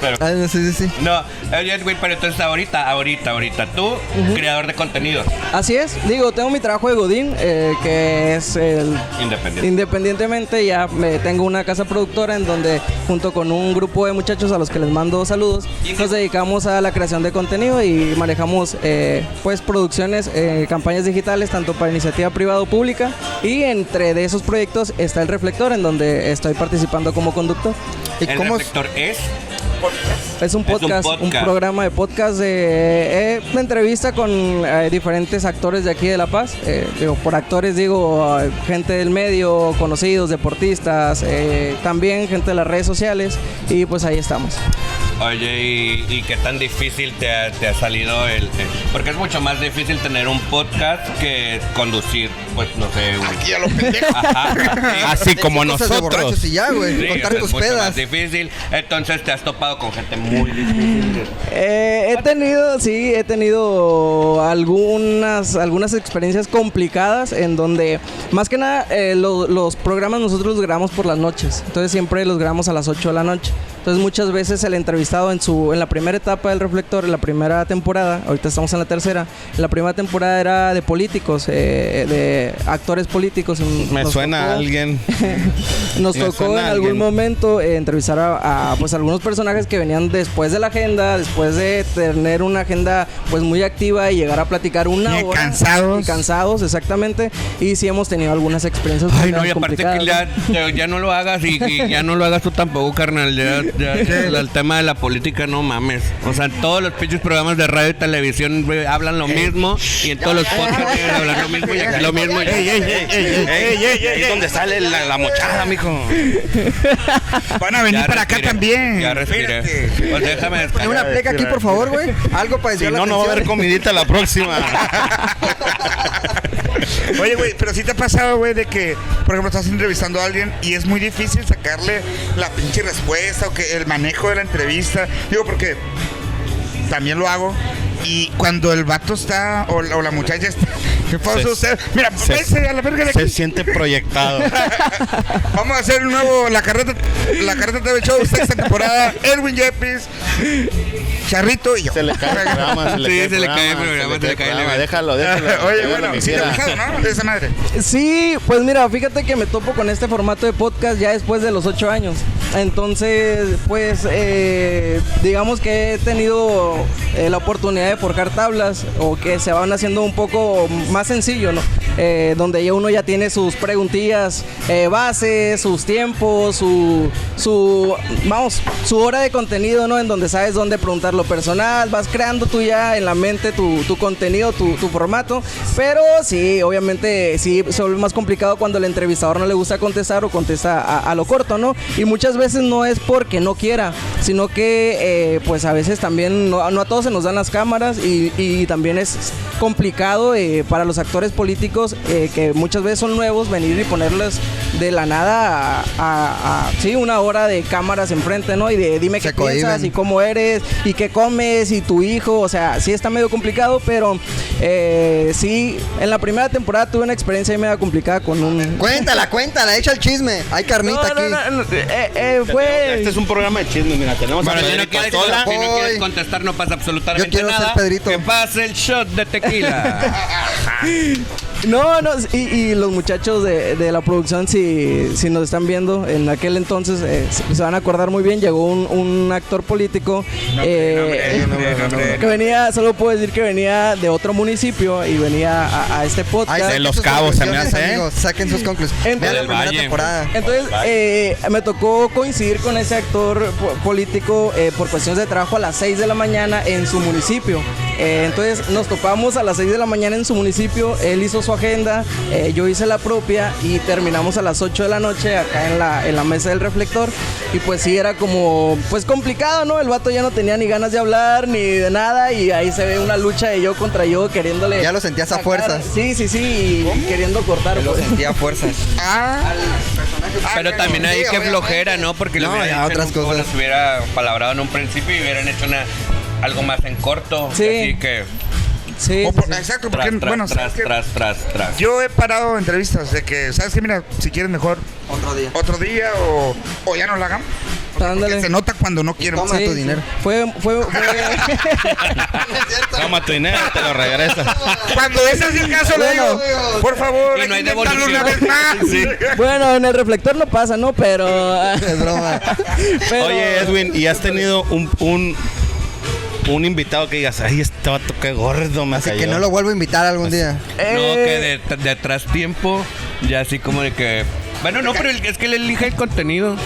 E: pero.
A: Ah, no, sí, sí, sí.
E: No, oye, güey, pero entonces ahorita, ahorita, ahorita, tú, creador de contenido,
F: Así es, digo, tengo mi trabajo de Godín, eh, que es el...
E: independiente.
F: Independientemente ya me tengo una casa productora en donde junto con un grupo de muchachos a los que les mando saludos nos dedicamos a la creación de contenido y manejamos eh, pues producciones, eh, campañas digitales tanto para iniciativa privada o pública y entre de esos proyectos está el reflector en donde estoy participando como conductor.
A: ¿Y
E: El
A: cómo,
E: reflector es
F: Es un
E: Es un
F: podcast, un,
E: podcast.
F: programa de podcast de, eh, de entrevista con eh, diferentes actores de aquí de La Paz. Eh, digo, por actores digo eh, gente del medio, conocidos, deportistas, eh, también gente de las redes sociales y pues ahí estamos.
E: Oye, ¿y, y qué tan difícil te ha, te ha salido el, eh, Porque es mucho más difícil tener un podcast que conducir, pues no sé, un-
C: Aquí a lo pendejo.
E: Ajá, sí.
B: Así como
A: cosas de
B: nosotros.
A: borrachos y ya, güey.
E: Sí,
A: contar
E: es
A: tus
E: mucho más
A: pedas.
E: difícil. Entonces te has topado con gente muy difícil.
F: Eh, he tenido, sí, he tenido algunas, algunas experiencias complicadas en donde, más que nada, eh, lo- los programas nosotros los grabamos por las noches. Entonces siempre los grabamos a las 8 de la noche. Entonces muchas veces el entrevistado en su, en la primera etapa del reflector, en la primera temporada, ahorita estamos en la tercera, en la primera temporada era de políticos, eh, de actores políticos.
B: Me
F: Nos
B: suena a
F: tocó-
B: alguien.
F: nos
B: Me
F: tocó
B: suena
F: en
B: a
F: algún
B: alguien.
F: momento eh, entrevistar a, a, pues algunos personajes que venían después de la agenda, después de tener una agenda pues muy activa y llegar a platicar una
C: Y
F: hora.
C: cansados.
F: Y cansados, exactamente. Y sí hemos tenido algunas experiencias
E: Ay,
F: medio
E: no, y aparte que
F: complicadas,
E: ya,
F: ¿no?
E: ya- ya no lo hagas y, y ya no lo hagas tú tampoco, carnal. Ya, ya- el, el tema de la política, no mames. O sea, en todos los pinches programas de radio y televisión güey, hablan lo mismo y en todos los podcasts llegan a hablar lo mismo y aquí lo mismo. y-
B: Ey, ey, ey, ey, ey, ey, ey, ahí es donde sale la, la mochada, mijo.
C: Van a venir
E: Ya
C: para acá
E: respiré,
C: también.
E: Ya respiré.
C: Espérate.
E: Pues déjame
A: Pon una
E: descansar.
A: pleca aquí, por favor, güey. Algo para
B: Si
A: decir
B: no, no va a haber comidita la próxima.
C: Oye, güey, pero si te ha pasado, güey, de que, por ejemplo, estás entrevistando a alguien y es muy difícil sacarle la pinche respuesta o que el manejo de la entrevista. Digo, porque también lo hago. Y cuando el vato está o la, o la muchacha está. ¿Qué pasa
B: Se-
C: usted? Mira,
B: se-
C: vete a la verga de
B: Se
C: aquí.
B: siente proyectado.
C: Vamos a hacer un nuevo La Carreta, la carreta TV Show, sexta temporada. Edwin Yepis, Charrito y yo.
B: Se le cae el programa, se le
E: Sí,
B: cae
E: se le cae el programa, se le cae el
B: programa.
E: evento.
B: Déjalo, déjalo.
C: Oye,
B: déjalo
C: bueno,
B: que
C: sí te
B: quiera.
C: ha fijado, ¿no? De esa madre.
F: Sí, pues mira, fíjate que me topo con este formato de podcast ya después de los ocho años. Entonces, pues eh, digamos que he tenido eh, la oportunidad de forjar tablas o que se van haciendo un poco más sencillo, ¿no? Eh, donde ya uno ya tiene sus preguntillas eh, bases, sus tiempos, su, su, vamos, su hora de contenido, ¿no? En donde sabes dónde preguntar lo personal, vas creando tú ya en la mente tu, tu contenido, tu, tu formato. Pero sí, obviamente sí se vuelve más complicado cuando el entrevistador no le gusta contestar o contesta a, a lo corto, ¿no? Y muchas veces no es porque no quiera, sino que eh, pues a veces también no, no a todos se nos dan las cámaras y, y también es complicado eh, para los actores políticos eh, que muchas veces son nuevos venir y ponerles de la nada a, a- a- sí, una hora de cámaras enfrente, ¿no? Y de dime
A: Se
F: qué piensas
A: cohíben.
F: y cómo eres y qué comes y tu hijo. O sea, sí está medio complicado, pero eh, sí, en la primera temporada tuve una experiencia ahí medio complicada con un...
A: Cuéntala, cuéntala, echa el chisme. Hay
F: No,
A: carnita
F: no,
A: aquí.
F: no, no, eh, eh, fue...
B: Este es un programa de chisme, mira, tenemos
E: Pero
B: a
E: si no,
B: Federico
E: quieres,
B: Sola.
E: si no
A: voy.
E: quieres contestar, no pasa absolutamente
A: Yo quiero ser
E: nada.
A: Pedrito.
E: Que pase el shot de tequila.
F: No, no, y, y los muchachos de, de la producción, si, si nos están viendo, en aquel entonces eh, se se van a acordar muy bien, llegó un, un actor político eh, que venía, solo puedo decir que venía de otro municipio y venía a, a este podcast.
A: Ahí
B: De
A: saquen
B: Los
A: sus
B: Cabos se me
A: conclusiones,
B: hace, ¿eh?
A: amigos, saquen sus conclusiones.
F: Entonces-
A: Vean la
E: Del
A: primera
E: Valle.
A: temporada.
F: Entonces, eh, me tocó coincidir con ese actor po- político eh, por cuestiones de trabajo a las 6 de la mañana en su municipio. Eh, entonces, nos topamos a las 6 de la mañana en su municipio, él hizo su agenda, eh, yo hice la propia y terminamos a las 8 de la noche acá en la, en la mesa del reflector. Y pues sí, era como, pues complicado, ¿no? El vato ya no tenía ni ganas de hablar ni de nada y ahí se ve una lucha de yo contra yo queriéndole...
A: Ya lo sentías a
F: sacar-
A: fuerzas.
F: Sí, sí, sí, y queriendo cortar.
A: Lo
F: pues.
A: sentía a fuerzas.
C: Ah,
E: Pero también ahí
A: Sí,
E: que
A: obviamente.
E: flojera, ¿no? Porque lo
A: No,
E: hubiera
A: ya,
E: dicho en
A: otras
E: un- o
A: cosas.
E: los hubiera palabrado en un principio y hubieran hecho una, algo más en corto.
F: Sí.
E: Así que
F: Sí,
C: o
F: sí,
C: por-
F: sí.
C: exacto, porque,
E: tras, tras,
C: bueno,
E: tras,
C: ¿sabes qué?
E: tras, tras, tras.
C: yo he parado entrevistas de que, ¿sabes qué? Mira, si quieres mejor
A: Otro día.
C: otro día o, o ya no la hagamos.
F: Ándale.
C: Que se nota cuando no quiero.
A: Toma
F: Sí,
A: tu
F: sí.
A: dinero.
F: Fue, fue, fue-
B: Toma tu dinero, te lo regresas.
C: Cuando ese es el caso, le digo, por favor,
E: Y no hay
C: inténtalo una vez
E: devolución.
C: más.
F: bueno, en el reflector no pasa, ¿no? Pero.
A: Es broma.
F: pero-
B: Oye, Edwin, ¿y has tenido un, un, un invitado que digas, ay, este vato qué gordo me
A: Así
B: cayó"?
A: que no lo vuelvo a invitar algún día.
E: No,
F: Eh,
E: que de, de atrás tiempo, ya así como de que. Bueno, no, pero el- es que él elige el contenido.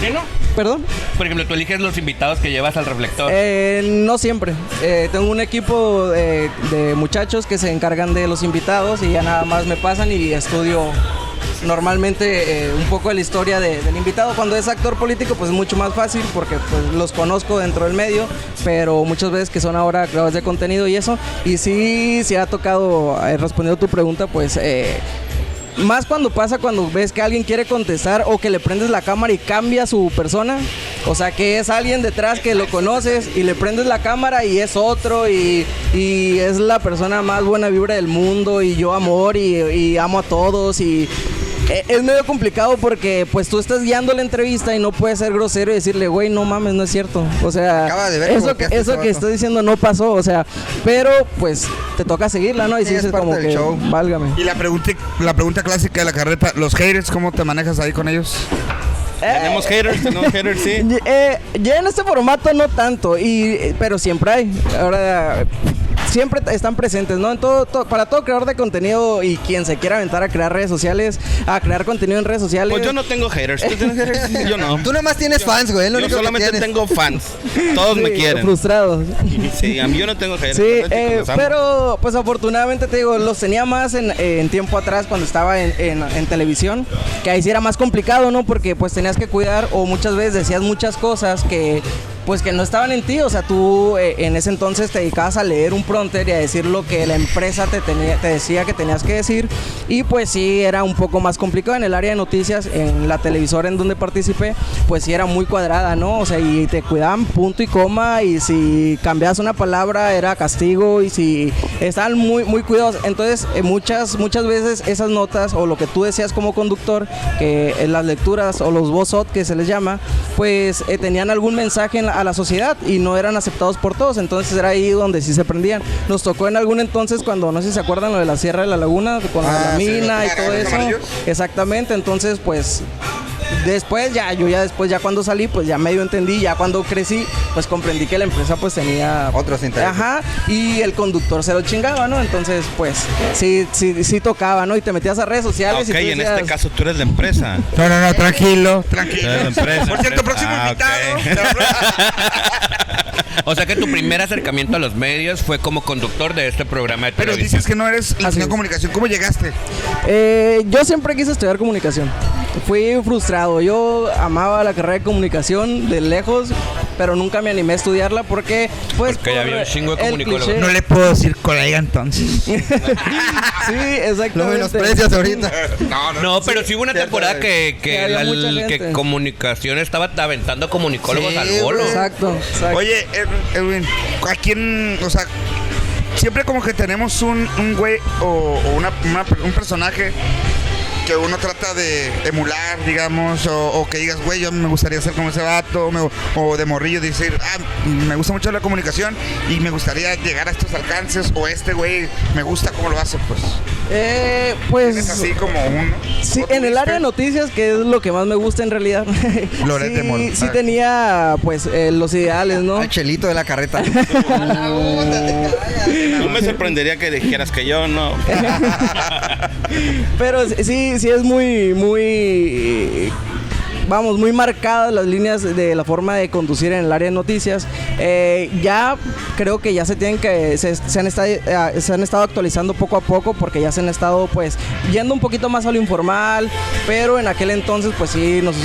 E: ¿Sí, no?
F: Perdón.
E: Por ejemplo, tú eliges los invitados que llevas al reflector.
F: Eh, no siempre. Eh, tengo un equipo de, de muchachos que se encargan de los invitados y ya nada más me pasan y estudio normalmente eh, un poco de la historia de- del invitado. Cuando es actor político, pues es mucho más fácil porque pues, los conozco dentro del medio, pero muchas veces que son ahora creadores de contenido y eso. Y sí, sí ha tocado, eh, respondiendo a tu pregunta, pues. eh, más cuando pasa cuando ves que alguien quiere contestar o que le prendes la cámara y cambia su persona. O sea, que es alguien detrás que lo conoces y le prendes la cámara y es otro y, y es la persona más buena vibra del mundo y yo amor y, y amo a todos y... e- Es medio complicado porque pues tú estás guiando la entrevista y no puedes ser grosero y decirle, güey, no mames, no es cierto. O sea,
A: Acaba de ver cómo
F: eso, que-
A: volteaste ese
F: eso que
A: vato.
F: estoy diciendo no pasó, o sea, pero pues te toca seguirla, ¿no? Y
A: Sí,
F: si
A: es
F: dices
A: parte
F: como
A: del
F: que,
A: show.
F: válgame.
C: Y la pregunta, la pregunta clásica de la carreta, los haters, ¿cómo te manejas ahí con ellos?
F: Eh,
B: Tenemos haters, tenemos haters, sí.
F: Y, eh, ya en este formato no tanto, y, eh, pero siempre hay. Ahora, siempre t- están presentes, ¿no? En todo, to- para todo creador de contenido y quien se quiera aventar a crear redes sociales, a crear contenido en redes sociales.
B: Pues yo no tengo haters. ¿Tú tienes haters? Yo no.
A: Tú nomás tienes fans, güey. es lo
B: Yo
A: único que
B: solamente
A: tienes.
B: tengo fans. Todos me
F: Sí,
B: quieren.
F: Frustrados.
B: Sí, a mí yo no tengo Ah, haters.
F: Sí,
B: Entonces,
F: eh,
B: comenzamos.
F: pero pues afortunadamente te digo, los tenía más en, en tiempo atrás cuando estaba en, en- en televisión, que ahí sí era más complicado, ¿no? Porque pues tenías que cuidar o muchas veces decías muchas cosas que pues que no estaban en ti, o sea, tú eh, en ese entonces te dedicabas a leer un prompter y a decir lo que la empresa te, tenía, te decía que tenías que decir y pues sí era un poco más complicado en el área de noticias, en la televisora en donde participé, pues sí era muy cuadrada, ¿no? O sea, y te cuidaban punto y coma y si cambiabas una palabra era castigo y si estaban muy muy cuidados. Entonces, eh, muchas muchas veces esas notas o lo que tú decías como conductor, que en las lecturas o los vozot que se les llama, pues eh, tenían algún mensaje en la- a la sociedad y no eran aceptados por todos, entonces era ahí donde sí se prendían. Nos tocó en algún entonces cuando no sé si se acuerdan lo de la Sierra de la Laguna, con
A: Ah,
F: la
A: sí,
F: mina y
C: claro,
F: todo
C: los
F: eso.
C: amarillos.
F: Exactamente, entonces pues después ya, yo ya después, ya cuando salí, pues ya medio entendí, ya cuando crecí, pues comprendí que la empresa pues tenía...
A: Otros intereses.
F: Ajá, y el conductor se lo chingaba, ¿no? Entonces pues sí, sí, sí tocaba, ¿no? Y te metías a redes
B: Ah, Ok,
F: sociales y tú
B: en
F: decías,
B: este caso tú eres la empresa.
C: No, no, no, tranquilo,
B: Tú
C: tranquilo.
B: eres la empresa.
C: Por cierto,
B: empresa.
C: próximo
B: Ah,
C: invitado.
B: ok.
E: O sea que tu primer acercamiento a los medios fue como conductor de este programa de
C: Pero
E: televisión.
C: dices que no eres
F: Así
C: licenciado en
F: es.
C: comunicación. ¿Cómo llegaste?
F: Eh, yo siempre quise estudiar comunicación. Fui frustrado. Yo amaba la carrera de comunicación de lejos, pero nunca me animé a estudiarla porque, pues,
E: Porque ya había un chingo de
F: el
E: comunicólogos.
F: cliché-
C: le puedo decir colega entonces.
F: sí, exactamente.
A: Lo menosprecias ahorita.
E: No, pero sí, hubo una temporada que, que,
F: Que había
E: la-
F: mucha gente.
E: que comunicación estaba aventando comunicólogos
A: Sí,
E: Pues al bolo.
F: Exacto, exacto.
C: Oye, Ed- Edwin, ¿a quién, o sea, siempre como que tenemos un, un güey o, o una- una- un personaje que uno trata de emular, digamos, o, o que digas, güey, yo me gustaría ser como ese vato, me- o de morrillo decir, ah, me gusta mucho la comunicación y me gustaría llegar a estos alcances, o este güey me gusta cómo lo hace, pues.
F: Eh,
C: Es
F: pues.
C: así como uno.
F: Sí, en el área de noticias, que es lo que más me gusta en realidad.
C: Loret de Mola.
F: sí, sí tenía, pues, eh, los ideales, ¿no?
A: Al chelito de la carreta.
B: No me sorprendería que dijeras que yo no.
F: Pero sí, sí es muy, muy. Vamos, muy marcadas las líneas de la forma de conducir en el área de noticias. Eh, ya creo que ya se tienen que. Se, se han estado, eh, se han estado actualizando poco a poco porque ya se han estado, pues, yendo un poquito más a lo informal. Pero en aquel entonces, pues sí, nos.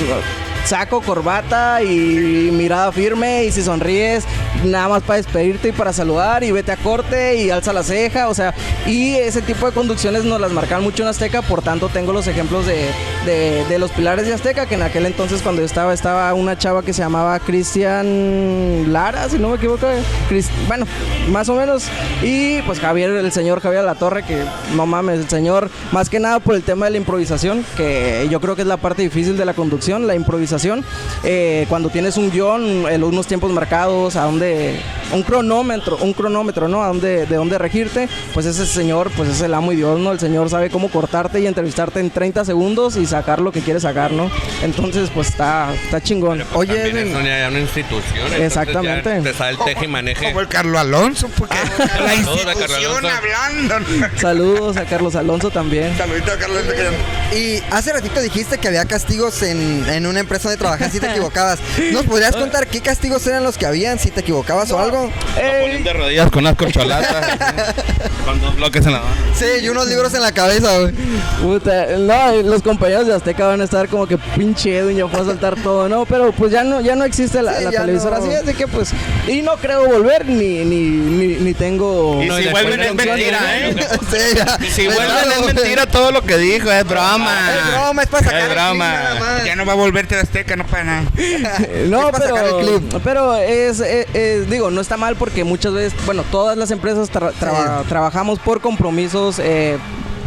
F: Saco, corbata y mirada firme y si sonríes nada más para despedirte y para saludar y vete a corte y alza la ceja, o sea, y ese tipo de conducciones nos las marcaban mucho en Azteca, por tanto tengo los ejemplos de, de- de los pilares de Azteca, que en aquel entonces cuando yo estaba, estaba una chava que se llamaba Cristian Lara, si no me equivoco, eh, Cris- bueno, más o menos, y pues Javier, el señor Javier La Torre, que no mames, el señor, más que nada por el tema de la improvisación, que yo creo que es la parte difícil de la conducción, la improvisación improvisación. Eh, cuando tienes un guión, el- unos tiempos marcados, a dónde, un cronómetro, un cronómetro, ¿no? A dónde, de dónde regirte, pues ese señor, pues es el amo y Dios, ¿no? El señor sabe cómo cortarte y entrevistarte en 30 segundos y sacar lo que quieres sacar, ¿no? Entonces, pues está, está chingón.
B: pues
A: Oye,
E: También
A: Edwin.
E: es una, ya una institución. entonces
F: Exactamente.
E: ya Te sale el teje y maneje.
C: Como el Carlos Alonso, porque la
E: Saludos a Carlos
C: institución
E: Alonso.
C: hablando.
F: Saludos a Carlos Alonso también.
C: Saludito a Carlos Alonso. que-
A: Y hace ratito dijiste que había castigos en, en una empresa donde trabajas si te equivocabas. ¿Nos podrías contar qué castigos eran los que habían si te equivocabas o algo?
F: Ey,
B: De rodillas con unas corcholatas. con dos bloques en la mano.
A: Sí, y unos libros en la cabeza, güey.
F: puta, no, y los compañeros de Azteca van a estar como que pinche Edwin ya fue a saltar todo, ¿no? Pero pues ya no, ya no existe la,
A: Sí,
F: la
A: ya
F: televisora
A: no.
F: así, así que pues, y no creo volver ni, ni, ni, ni tengo.
B: Y
E: No, y
B: si
E: después
B: vuelven
E: de
B: es
E: un chingo,
B: mentira,
E: ¿eh?
B: ¿eh?
A: Sí, ya.
B: Si vuelven
A: Claro,
B: es
A: güey.
B: mentira todo lo que dijo, es broma.
A: Es broma, es para sacar
B: Es
A: el clip
B: broma.
A: nada más.
C: Ya no va a volverte a Azteca, no para nada.
F: Eh, No,
A: Es para sacar el
F: pero,
A: clip.
F: pero es, es- es- digo, no está mal porque muchas veces, bueno, todas las empresas tra- tra-
A: Sí.
F: trabajamos por compromisos eh,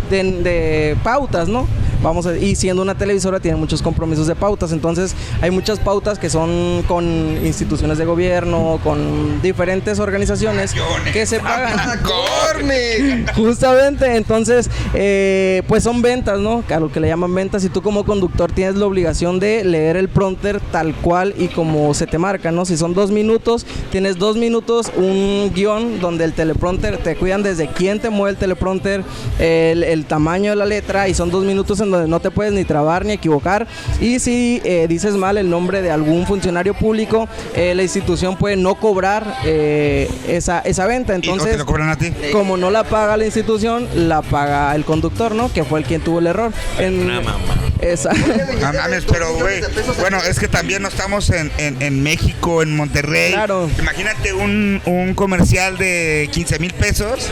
F: de, de pautas, ¿no? Vamos a- y siendo una televisora tiene muchos compromisos de pautas, entonces hay muchas pautas que son con instituciones de gobierno, con diferentes organizaciones que se pagan.
A: Corme.
F: Justamente, entonces, eh, pues son ventas, ¿no? A lo que le llaman ventas. Y tú como conductor tienes la obligación de leer el prompter tal cual y como se te marca, ¿no? Si son dos minutos, tienes dos minutos, un guión donde el teleprompter te cuidan desde quién te mueve el teleprompter, el, el tamaño de la letra y son dos minutos en donde no te puedes ni trabar ni equivocar. Y si eh, dices mal el nombre de algún funcionario público, eh, la institución puede no cobrar eh, esa, esa venta.
C: Y no
F: Entonces eh,
C: te lo cobran a ti.
F: como no la paga la institución, la paga el conductor, ¿no? Que fue el quien tuvo el error. En...
E: Una mamá.
F: Esa.
C: No
F: eh,
C: mames, pero güey, bueno, es que también no estamos en, en- en México, en Monterrey.
F: Claro.
C: Imagínate un, un comercial de 15 mil pesos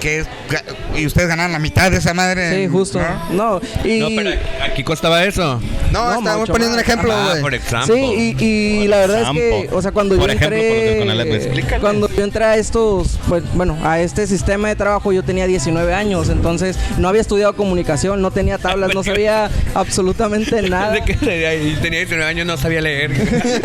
C: que es- y ustedes ganan la mitad de esa madre.
F: Sí, justo.
C: ¿no?
F: No, y...
E: No, pero aquí costaba eso.
A: No,
F: No,
A: estamos
F: mucho
A: poniendo un
F: más.
A: ejemplo,
E: Ah, por
A: güey.
E: ejemplo.
F: Sí, y, y la verdad es que,
B: Sampo.
F: o sea, cuando
B: Por
F: yo
B: ejemplo,
F: entré,
B: con el- con el- explícale.
F: cuando yo entré a estos, pues, bueno, a este sistema de trabajo yo tenía 19 años, entonces no había estudiado comunicación, no tenía tablas, no sabía absolutamente nada.
E: Desde que tenía y tenía 19 años no sabía leer.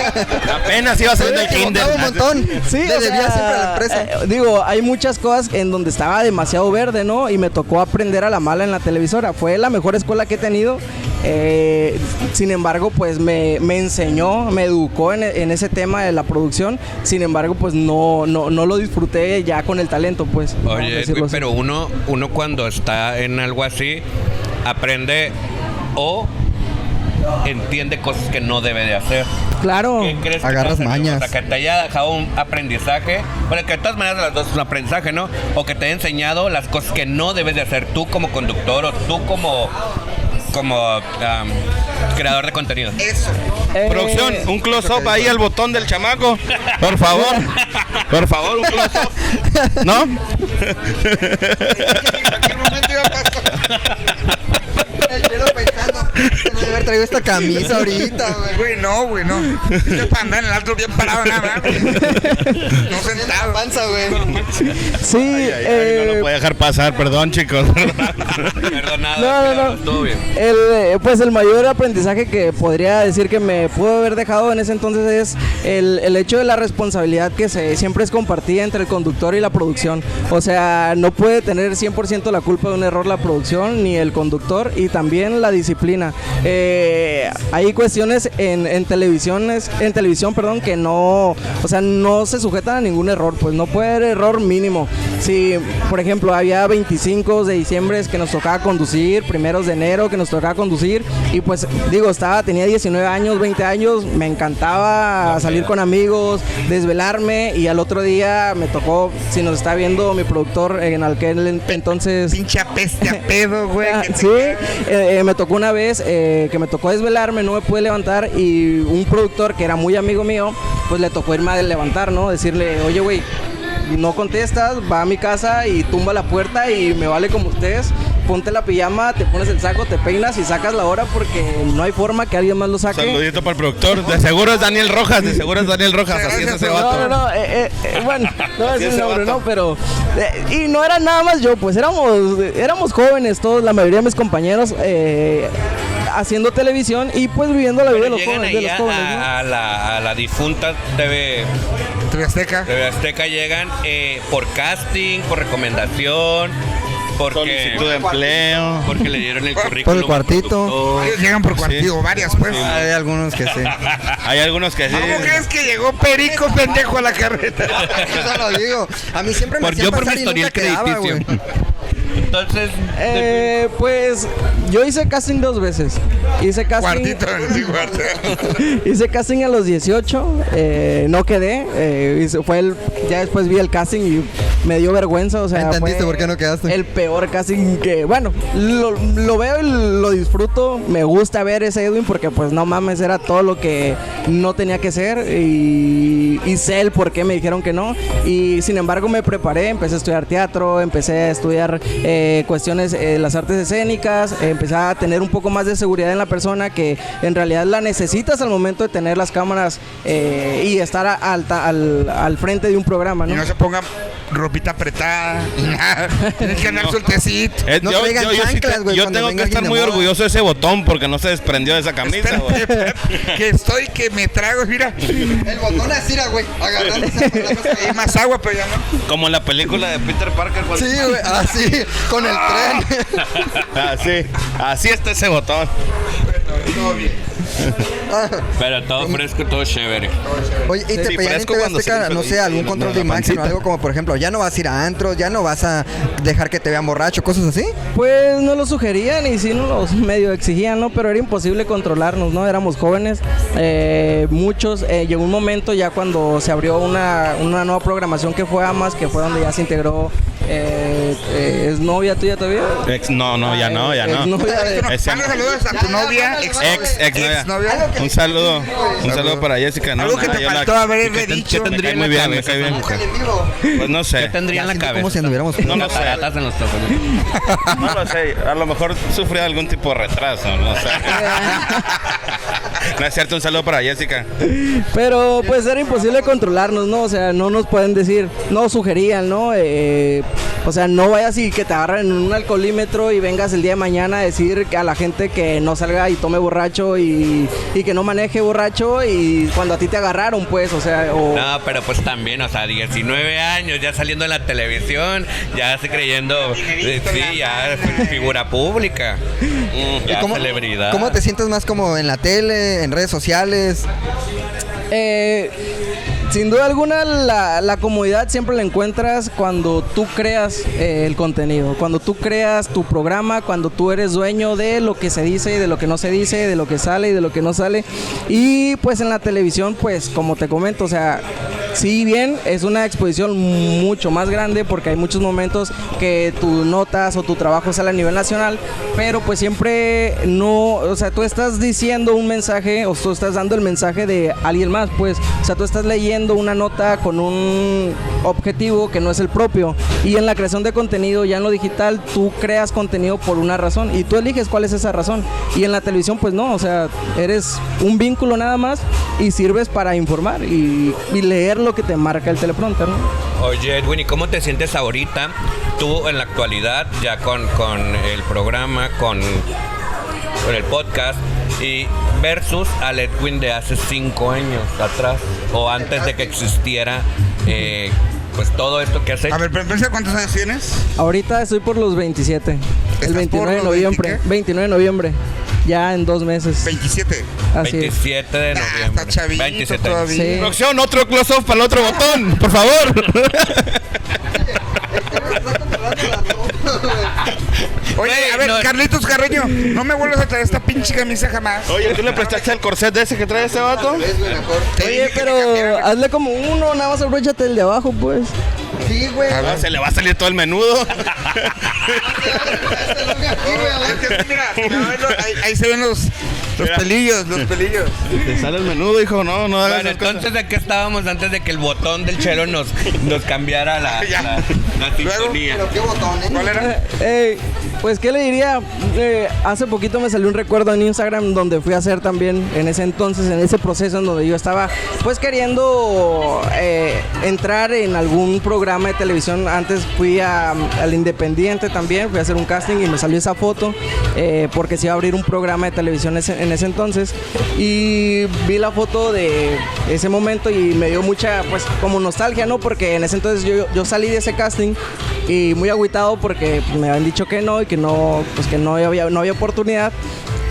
B: Apenas iba saliendo el
A: Te
B: kinder.
A: equivocaba un montón.
F: Sí,
A: Le
F: o sea,
A: debía siempre a la empresa.
F: eh, digo, hay muchas cosas en donde estaba demasiado verde, ¿no? Y me tocó aprender a la mala en la televisora. Fue la mejor escuela que he tenido. Eh, sin embargo, pues me, me enseñó, me educó en, en ese tema de la producción. Sin embargo, pues no, no, no lo disfruté ya con el talento, pues. vamos a
E: Oye,
F: decirlo
E: güey,
F: así.
E: pero uno, uno cuando está en algo así, aprende o entiende cosas que no debe de hacer.
F: Claro.
E: ¿Qué crees que
A: Oh, Agarras
E: pasa, amigo?
A: mañas.
E: O sea, que te haya dejado un aprendizaje. Bueno, que de todas maneras las dos es un aprendizaje, ¿no? O que te haya enseñado las cosas que no debes de hacer tú como conductor o tú como, como am, creador de contenido.
C: Eso.
F: Eh,
B: Producción, un close-up ahí al botón del chamaco. Por favor. Por favor, un close-up. ¿No?
C: En cualquier momento iba a pasar.
A: El chelo pensando, se me debe haber traído esta camisa ahorita, güey.
C: Güey, no, güey, no. Esto es para andar en el otro bien parado, nada más. güey. No
A: La
C: sentado.
A: panza, güey.
F: Sí,
B: Ay, ay,
F: eh,
B: no lo voy a dejar pasar, perdón, chicos.
E: Perdonado,
F: No, no,
E: cuidado,
F: no.
E: todo bien.
F: El, eh, pues el mayor aprendizaje que podría decir que me pudo haber dejado en ese entonces es el, el hecho de la responsabilidad que se, siempre es compartida entre el conductor y la producción. O sea, no puede tener 100% la culpa de un error la producción ni el conductor y también la disciplina. Eh, hay cuestiones en, en televisiones, en televisión, perdón, que no, o sea, no se sujetan a ningún error, pues no puede haber error mínimo. Si, por ejemplo, había 25 de diciembre que nos tocaba conducir, primeros de enero que nos tocaba conducir, y pues digo, estaba, tenía 19 años, 20 años, me encantaba salir con amigos, desvelarme, y al otro día me tocó, si nos está viendo mi productor en aquel en- entonces...
C: Pinche apeste a pedo, güey.
F: Ah,
C: que te-
F: Sí, eh, eh, me tocó una vez eh, que me tocó desvelarme, no me pude levantar y un productor que era muy amigo mío, pues le tocó irme a levantar, ¿no? Decirle, oye, güey, no contestas, va a mi casa y tumba la puerta y me vale como ustedes, ponte la pijama, te pones el saco, te peinas y sacas la hora porque no hay forma que alguien más lo saque.
B: Saludito para el productor. De seguro es Daniel Rojas, de seguro es Daniel Rojas. Así es ese vato.
F: No, no, no, eh, eh, eh, bueno, no es
B: Así es
F: un
B: ese
F: nombre,
B: vato.
F: ¿no? Pero. eh, y no era nada más yo, pues éramos, éramos jóvenes todos, la mayoría de mis compañeros. eh, allá haciendo televisión y pues viviendo la vida de los
E: Llegan
F: jóvenes. de los
E: allá
F: jóvenes, ¿no?
E: a, a la, a la difunta TV,
C: TV Azteca.
E: TV Azteca, llegan eh, por casting, por recomendación, porque,
D: Solicitud de empleo.
E: porque le dieron el currículum.
A: Por el
E: al
A: cuartito.
E: productor.
C: Varios Llegan por cuartillo, varias, pues.
B: Hay algunos que sí. Hay algunos que sí.
C: ¿Cómo crees que llegó Perico pendejo a la carreta?
A: Eso lo digo. A mí siempre me
E: Por-
A: hacían
E: yo por
A: pasar
E: mi
A: y nunca
E: historial
A: quedaba, güey.
E: crediticio. Entonces,
F: Eh, pues yo hice casting dos veces. Hice
A: Ah,
F: casting,
C: Cuartito, sí, cuartito.
F: hice casting a los 18, eh, no quedé. eh, hice- fue el, ya después vi el casting y me dio vergüenza. O sea,
A: Entendiste
F: fue
A: por qué no quedaste.
F: El peor casting que, bueno, lo, lo veo y lo disfruto. Me gusta ver ese Edwin porque, pues, no mames, era todo lo que no tenía que ser y, y sé el por qué me dijeron que no. Y sin embargo, me preparé, empecé a estudiar teatro, empecé a estudiar eh, cuestiones eh, de las artes escénicas, eh, empecé a tener un poco más de seguridad en la persona que en realidad la necesitas al momento de tener las cámaras eh, y estar a- alta- al, al frente de un programa,
C: Y
F: ¿no?
C: no se pongan ropita apretada, ni nada. Tienen que andar soltecito.
B: Eh,
A: No
B: yo,
A: traigan
B: yo- yo sí
A: chanclas,
B: te-
A: güey,
B: yo
A: cuando
B: tengo
A: venga
B: que
A: alguien
B: estar
A: de
B: muy
A: moda.
B: orgulloso de ese botón porque no se desprendió de esa camisa, güey.
C: Espérate, que estoy que me trago, mira.
A: El botón así era, güey. Agarrándose.
C: Hay más agua, pero ya no.
E: como en la película de Peter Parker, cuando-
A: Sí, güey. Así. Con el tren.
B: Así, así está ese botón.
C: Todo bien.
E: pero todo fresco, todo chévere.
A: Oye, y te
E: Sí,
A: pedían en
E: fresco
A: TV
E: cuando se
A: Azteca,
E: hizo
A: no
E: el-
A: sé, algún
E: la-
A: control
E: la
A: de imagen o
E: pancita.
A: algo como, por ejemplo, ya no vas a ir a antros, ya no vas a dejar que te vean borracho, cosas así.
F: Pues no lo sugerían y sí nos los medio exigían, ¿no? Pero era imposible controlarnos, ¿no? Éramos jóvenes, eh, muchos. eh, llegó un momento ya cuando se abrió una, una nueva programación que fue AMAS, que fue donde ya se integró. eh, eh, ¿Es novia tuya todavía?
B: Ex- no, no, ya no, ya no.
F: Exnovia de-
C: Bueno,
B: Ese-
C: manda saludos a tu novia, ex,
B: Ex, ex,
C: ex
B: novia.
C: novia.
B: Un saludo, un saludo para Jessica. No,
C: Algo que
B: nada,
C: te
B: yo la-
C: faltó haberle
E: ¿Qué ten-
C: dicho.
E: qué tendría
B: Me cae
E: en la
B: muy bien, me
E: cabeza
B: cae
E: esa
B: bien.
E: mujer?
B: Pues no sé.
E: ¿Qué tendría en la
A: siento
E: cabeza?
A: como si anduviéramos-
E: No lo sé.
D: Cataratas en los ojos.
B: No lo sé, a lo mejor sufrió algún tipo de retraso, no sé. No es cierto, un saludo para Jessica.
F: Pero pues era imposible controlarnos, ¿no? O sea, no nos pueden decir, no sugerían, ¿no? Eh, o sea, no vayas y que te agarren en un alcoholímetro y vengas el día de mañana a decir a la gente que no salga y tome borracho y, y que no maneje borracho y cuando a ti te agarraron, pues, o sea, o...
E: No, pero pues también, o sea, 19 años, ya saliendo en la televisión, ya se creyendo, eh, sí, ya fi- figura pública, Mm, ya
A: ¿Cómo,
E: celebridad.
A: ¿Cómo te sientes más como en la tele, en redes sociales?
F: Eh, sin duda alguna, la, la comodidad siempre la encuentras cuando tú creas eh, el contenido, cuando tú creas tu programa, cuando tú eres dueño de lo que se dice y de lo que no se dice, de lo que sale y de lo que no sale. Y pues en la televisión, pues como te comento, o sea, si bien es una exposición mucho más grande porque hay muchos momentos que tus notas o tu trabajo sale a nivel nacional, pero pues siempre no, o sea, tú estás diciendo un mensaje o tú estás dando el mensaje de alguien más, pues, o sea, tú estás leyendo una nota con un objetivo que no es el propio y en la creación de contenido, ya en lo digital, tú creas contenido por una razón y tú eliges cuál es esa razón y en la televisión, pues no, o sea, eres un vínculo nada más y sirves para informar y, y leer lo que te marca el teleprompter, ¿no?
E: Oye, Edwin, ¿y cómo te sientes ahorita, tú en la actualidad, ya con, con el programa, con, con el podcast, y versus al Edwin de hace 5 años atrás, o antes de que existiera, eh, pues todo esto que has hecho?
C: A ver, pero piensa cuántos años tienes.
F: Ahorita estoy por los 27.
C: ¿Estás
F: El
C: por
F: 29 de
C: los
F: noviembre.
C: 20
F: 29 de noviembre. Ya en dos meses.
C: 27.
F: Así es.
E: 27 de
C: Ah,
E: noviembre.
C: está chavito
E: 27.
C: todavía.
F: Sí.
B: Producción, otro close-up para el otro botón, por favor.
C: Oye,
E: Güey,
C: a ver,
E: no-
C: Carlitos Carreño, no me vuelvas a traer esta pinche camisa jamás.
B: Oye, ¿tú le prestaste el corset de ese que trae ese vato?
C: Te dije
F: Oye,
C: que te
F: pero
C: cambiara.
F: hazle como uno, nada más abróchate el de abajo, pues.
A: Sí, güey.
C: A ver.
B: Ah, Se le va a salir todo el menudo.
C: Es que mira, a ver, ahí, ahí se ven los, los pelillos, los pelillos.
B: Te sale el menudo, hijo, no, no hagas
E: Bueno,
B: esas cosas.
E: entonces de qué estábamos antes de que el botón del chelo nos, nos cambiara la,
C: Ya.
E: la, la
C: Luego.
E: sintonía.
A: Pero qué botón, ¿eh?
C: ¿Cuál era?
F: Eh, eh, pues, ¿qué le diría? Eh, hace poquito me salió un recuerdo en Instagram donde fui a hacer también en ese entonces, en ese proceso en donde yo estaba, pues queriendo eh, entrar en algún programa de televisión. Antes fui a- al Independiente también, fui a hacer un casting y me salió esa foto eh, porque se iba a abrir un programa de televisión ese- en ese entonces. Y vi la foto de ese momento y me dio mucha, pues, como nostalgia, ¿no? Porque en ese entonces yo, yo salí de ese casting y muy agüitado porque pues, me habían dicho que no y que no, pues, que no había, no había oportunidad.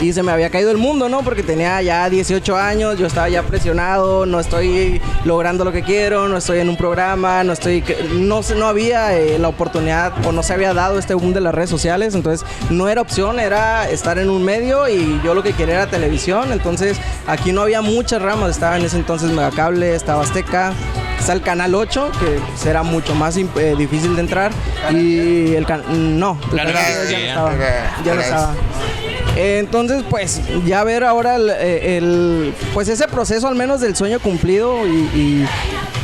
F: Y se me había caído el mundo, ¿no? Porque tenía ya 18 años, yo estaba ya presionado, no estoy logrando lo que quiero, no estoy en un programa, no estoy... No, se- no había eh, la oportunidad o no se había dado este boom de las redes sociales, entonces no era opción, era estar en un medio y yo lo que quería era televisión, entonces aquí no había muchas ramas, estaba en ese entonces Megacable, estaba Azteca, está el Canal 8, que será mucho más imp- eh, difícil de entrar, y el... can- No, el
E: Canal
C: Era-
E: 10,
F: ya no
E: ya.
F: estaba,
C: era-
F: ya no
C: era-
F: estaba. Entonces, pues, ya ver ahora el, eh, el- pues ese proceso al menos del sueño cumplido y, y,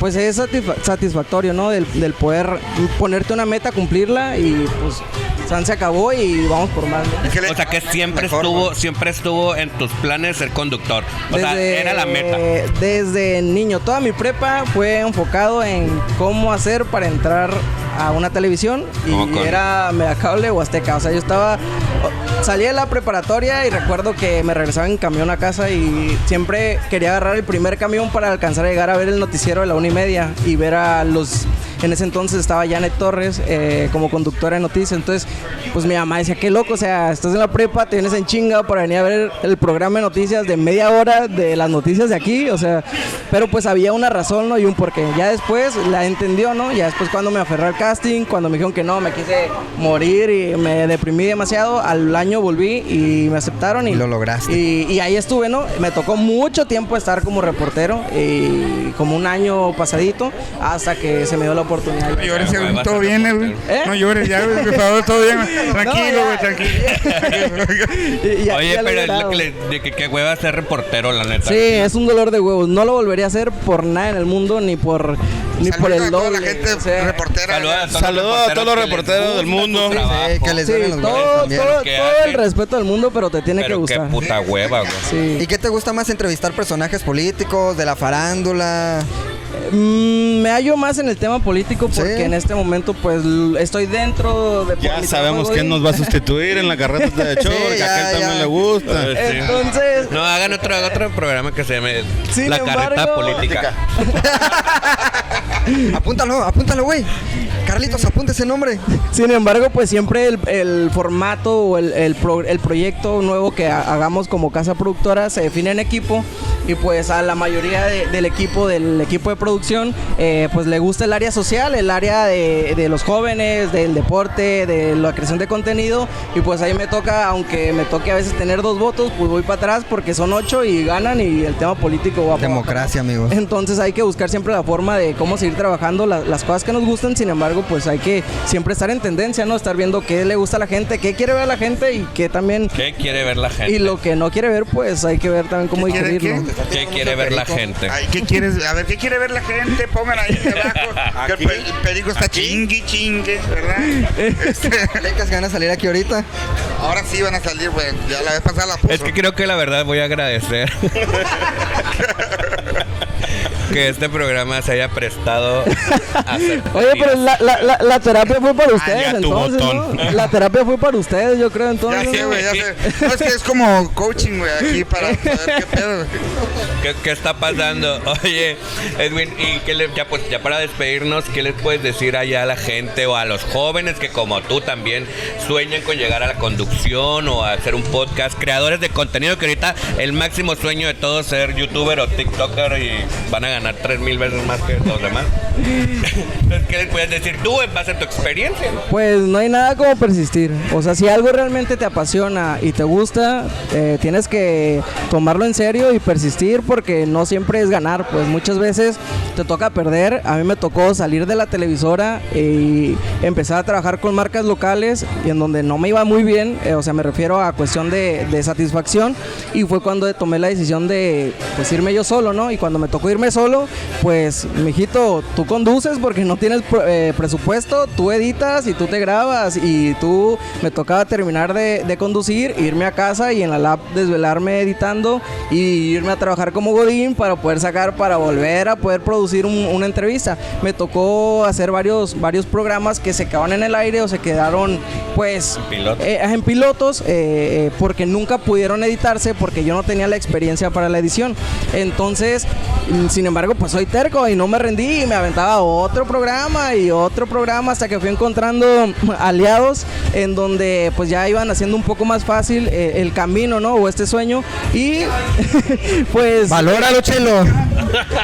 F: pues es satisfa- satisfactorio, ¿no? Del, del poder ponerte una meta, cumplirla y pues San se acabó y vamos por más. ¿no?
C: ¿Y qué le-
E: O sea que siempre
C: Mejor,
E: estuvo,
C: ¿no?
E: siempre estuvo en tus planes ser conductor. O sea,
F: Desde-
E: era la meta.
F: Desde niño, toda mi prepa fue enfocado en cómo hacer para entrar a una televisión y
E: Como con-
F: era Megacable o Azteca. O sea, yo estaba. Salí de la preparatoria y recuerdo que me regresaba en camión a casa y siempre quería agarrar el primer camión para alcanzar a llegar a ver el noticiero de la una y media y ver a los. En ese entonces estaba Janet Torres eh, como conductora de noticias. Entonces, pues mi mamá decía, qué loco, o sea, estás en la prepa, te vienes en chinga para venir a ver el programa de noticias de media hora de las noticias de aquí, o sea, pero pues había una razón, ¿no? Y un porqué. Ya después la entendió, ¿no? Ya después cuando me aferré al casting, cuando me dijeron que no, me quise morir y me deprimí demasiado, al año volví y me aceptaron y...
A: Lo lograste.
F: Y, y ahí estuve, ¿no? Me tocó mucho tiempo estar como reportero, y como un año pasadito, hasta que se me dio la oportunidad.
C: No llores, güey,
E: vas a
C: todo bien, eh, güey.
F: ¿Eh?
C: No llores ya, güey, por favor, todo bien. güey. Tranquilo,
F: ya.
C: güey, tranquilo.
F: Y- y ya-
E: Oye,
F: ya lo he
E: pero es lo
F: logrado.
E: que le- de que qué hueva ser reportero, la neta.
F: Sí, es un dolor de huevos. No lo volvería a hacer por nada en el mundo, ni por ni por
C: Saludos
F: el
C: a toda
F: doble.
C: la gente
F: o sea,
C: reportera.
E: Saluda
C: güey.
E: todos
B: Saludos a todos los
E: que les
B: reporteros
E: gusta
B: del mundo.
E: su
B: Sí,
E: trabajo.
A: que les
F: sí,
A: duelen los
F: todo,
A: goles también.
F: todo-
E: que
F: todo el
E: hacen.
F: respeto del mundo, pero te tiene que
E: Pero qué
F: gustar.
E: puta hueva, güey.
A: ¿Y
F: Sí.
A: qué te gusta más entrevistar personajes políticos, de la farándula?
F: Mm, me hallo más en el tema político porque
A: Sí.
F: en este momento pues l- estoy dentro de por
B: Ya
F: mi
B: sabemos
F: trabajo,
B: quién
F: güey.
B: nos va a sustituir en la carreta de show,
A: Sí,
B: porque a
A: ya,
B: aquel
A: ya.
B: también le gusta.
F: Entonces,
E: No, hagan otro, otro programa que se llame
F: Sin
E: La Carreta
F: embargo-
E: Política.
A: Apúntalo, apúntalo, güey. Carlitos, apunta ese nombre.
F: Sin embargo, pues siempre el, el formato o el, el pro- el proyecto nuevo que ha- hagamos como casa productora se define en equipo y pues a la mayoría de- del equipo, del equipo de producción, eh, pues le gusta el área social, el área de, de los jóvenes, del deporte, de la creación de contenido y pues ahí me toca, aunque me toque a veces tener dos votos, pues voy para atrás porque son ocho y ganan y el tema político va para abajo.
A: Democracia, amigos.
F: Entonces hay que buscar siempre la forma de cómo seguir trabajando la- las cosas que nos gustan, sin embargo, pues hay que siempre estar en tendencia, ¿no? Estar viendo qué le gusta a la gente, qué quiere ver a la gente y qué también...
E: ¿Qué quiere ver la gente?
F: Y lo que no quiere ver, pues hay que ver también cómo
C: ¿Qué quiere
F: digerirlo.
C: qué?
E: ¿Qué quiere ver la gente?
C: Ay, ¿qué quieres? A ver, ¿qué quiere ver la gente? Pongan ahí abajo. Que el, pe- el perico está chingui, chingue, ¿verdad?
F: Este.
A: Lecas que van a salir aquí ahorita.
C: Ahora sí van a salir, güey. Ya la vez pasada la puso.
E: Es que creo que la verdad voy a agradecer que este programa se haya prestado a hacer
F: Oye, pero la, la- la- la terapia fue
C: Ah,
F: para ustedes,
B: Allá tu
F: entonces,
B: botón.
F: ¿no? La terapia fue para ustedes, yo creo, entonces.
C: Ya sé,
F: ¿no?
C: güey, ya sé. No, es que es como coaching, güey, aquí para saber qué pedo.
E: ¿Qué, qué está pasando? Oye, Edwin, y qué le- ya, pues, ya para despedirnos, ¿qué les puedes decir allá a la gente o a los jóvenes que como tú también sueñan con llegar a la conducción o a hacer un podcast? Creadores de contenido que ahorita el máximo sueño de todos es ser youtuber o tiktoker y van a ganar tres mil veces más que los demás. Entonces, ¿qué les puedes decir tú en base a tu experiencia? no?
F: Pues no hay nada como persistir. O sea, si algo realmente te apasiona y te gusta, eh, tienes que tomarlo en serio y persistir porque no siempre es ganar. Pues muchas veces te toca perder. A mí me tocó salir de la televisora y empezar a trabajar con marcas locales y en donde no me iba muy bien. eh, o sea, me refiero a cuestión de, de satisfacción. Y fue cuando tomé la decisión de pues, irme yo solo, ¿no? Y cuando me tocó irme solo, solo, pues, mijito, tú conduces porque no tienes pr- eh, presupuesto, tú editas y tú te grabas y tú me tocaba terminar de, de conducir, irme a casa y en la lab desvelarme editando y irme a trabajar como Godín para poder sacar, para volver a poder producir un- una entrevista. Me tocó hacer varios, varios programas que se quedaban en el aire o se quedaron, pues,
E: Piloto.
F: eh, en pilotos eh, eh, porque nunca pudieron editarse porque yo no tenía la experiencia para la edición. Entonces, mm, sin embargo, pues soy terco y no me rendí y me aventaba otro programa y otro programa hasta que fui encontrando mm, aliados en donde pues ya iban haciendo un poco más fácil eh, el camino, ¿no? O este sueño y pues
A: Valóralo, chelo.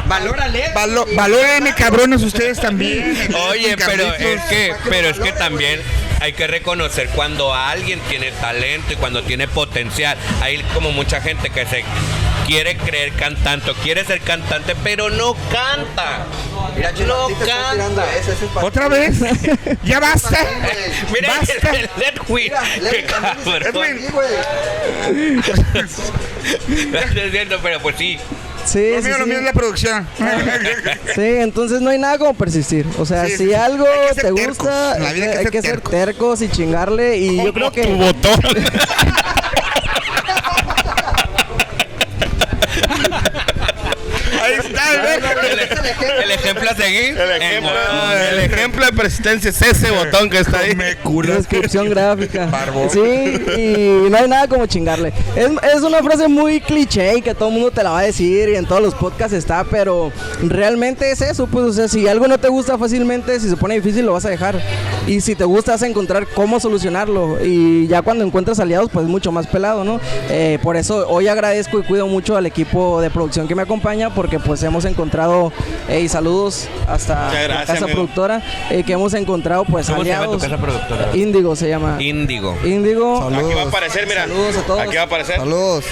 C: Valo- valórenme, cabrones, ustedes también.
E: Oye, pero
C: Carlitos.
E: es que, pero es que también hay que reconocer cuando alguien tiene talento y cuando tiene potencial. Hay como mucha gente que se quiere creer cantante, o quiere ser cantante, pero no canta. no canta.
C: ¿Otra vez? ¿Ya basta?
E: Mira
C: Basta.
E: el, el Edwin, qué cabrón. Estás viendo, pero pues sí.
F: sí,
C: Lo
F: sí,
C: mío, lo
F: sí.
C: mío es la producción.
F: Sí, entonces no hay nada como persistir. O sea,
C: Sí,
F: si
C: sí.
F: algo
C: Hay que ser
F: te
C: tercos.
F: gusta, eh,
C: En la vida hay que ser tercos.
F: tercos y chingarle. Y yo creo
B: Tu
F: que
B: botón.
C: Ahí está,
E: El, el ejemplo a seguir.
B: El ejemplo,
E: en-
B: el ejemplo de persistencia es ese botón que está ahí.
C: Me curas.
F: descripción gráfica.
C: Barbón.
F: Sí, y no hay nada como chingarle. Es, es una frase muy cliché y que todo el mundo te la va a decir y en todos los podcasts está, pero realmente es eso. Pues, o sea, si algo no te gusta fácilmente, si se pone difícil, lo vas a dejar. Y si te gusta, vas a encontrar cómo solucionarlo. Y ya cuando encuentras aliados, pues mucho más pelado, ¿no? Eh, por eso hoy agradezco y cuido mucho al equipo de producción que me acompaña porque pues hemos encontrado, eh, y saludos hasta
B: Muchas
F: la
B: gracias,
F: casa
B: amigo.
F: productora, eh, que hemos encontrado pues
E: ¿Cómo se llama
F: aliados.
E: tu casa productora?
F: Índigo se llama.
E: Índigo.
F: Índigo.
A: Saludos.
B: Aquí va a aparecer, mira.
F: Saludos a todos.
B: Aquí va a aparecer.
A: Saludos.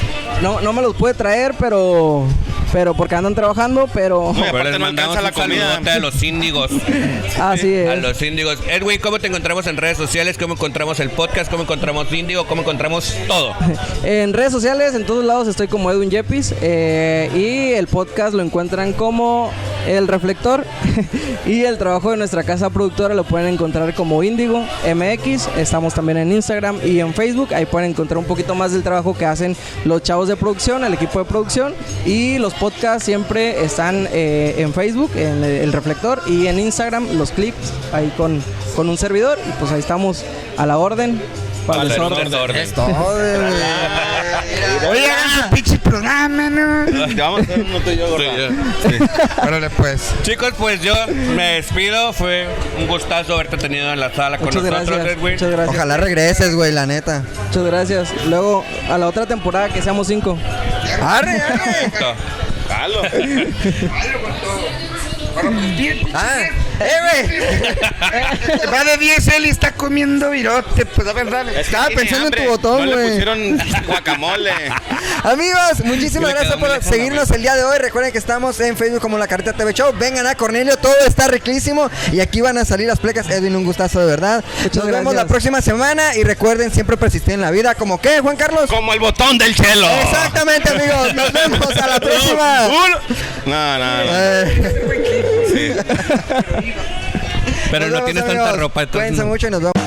F: No, no me los puede traer, pero. Pero porque andan trabajando, pero.
B: No, y aparte
E: Pero les
B: no
E: mandamos
B: alcanza la
E: un saludote
B: comida.
E: a los índigos.
F: Así
E: A
F: es.
E: los índigos. Edwin, ¿cómo te encontramos en redes sociales? ¿Cómo encontramos el podcast? ¿Cómo encontramos índigo? ¿Cómo encontramos todo?
F: En redes sociales, en todos lados, estoy como Edwin Yepis. eh, y el podcast lo encuentran como El Reflector. y el trabajo de nuestra casa productora lo pueden encontrar como Índigo MX. Estamos también en Instagram y en Facebook. Ahí pueden encontrar un poquito más del trabajo que hacen los chavos de producción, el equipo de producción. Y los podcasts siempre están eh, en Facebook, en El Reflector. Y en Instagram, los clips ahí con, con un servidor. Y pues ahí estamos a la orden. Para el desorden.
E: desorden.
C: Oye, hagan su pinche programa, ¿no?
B: Te vamos a hacer uno tú y yo, gorda.
E: Sí, yo- sí.
C: Órale, pues.
E: Chicos, pues yo me despido. Fue un gustazo haberte tenido en la sala con
F: Muchas
E: nosotros,
F: gracias.
E: Edwin.
F: Muchas gracias.
A: Ojalá regreses, güey, la neta.
F: Muchas gracias. Luego, a la otra temporada que seamos cinco.
A: Arre, arre.
B: Jalo.
A: Ah, eh, güey.
C: Va de 10 él y está comiendo virote. Pues a ver, dale.
A: Estaba
B: Tiene
A: pensando en tu
B: hambre.
A: botón,
B: No le
A: güey.
B: pusieron guacamole.
A: Amigos, muchísimas
E: Yo le
A: gracias
E: quedo muy
A: por
E: lejano,
A: seguirnos el día de hoy. Recuerden que estamos en Facebook como La Carreta TV Show. Vengan a Cornelio, todo está riquísimo. Y aquí van a salir las plecas. Edwin, un gustazo de verdad.
F: Muchas
A: Nos vemos
F: gracias.
A: la próxima semana y recuerden siempre persistir en la vida. ¿Como qué, Juan Carlos?
B: Como el botón del chelo.
A: Exactamente, amigos. Nos vemos a la próxima.
B: Uno. No, no, no.
A: Eh,
E: Pero
A: nos
E: no
A: vemos,
E: tienes tanta
A: amigos.
E: ropa, entonces.
A: Cuídense
E: no.
A: mucho y nos vemos.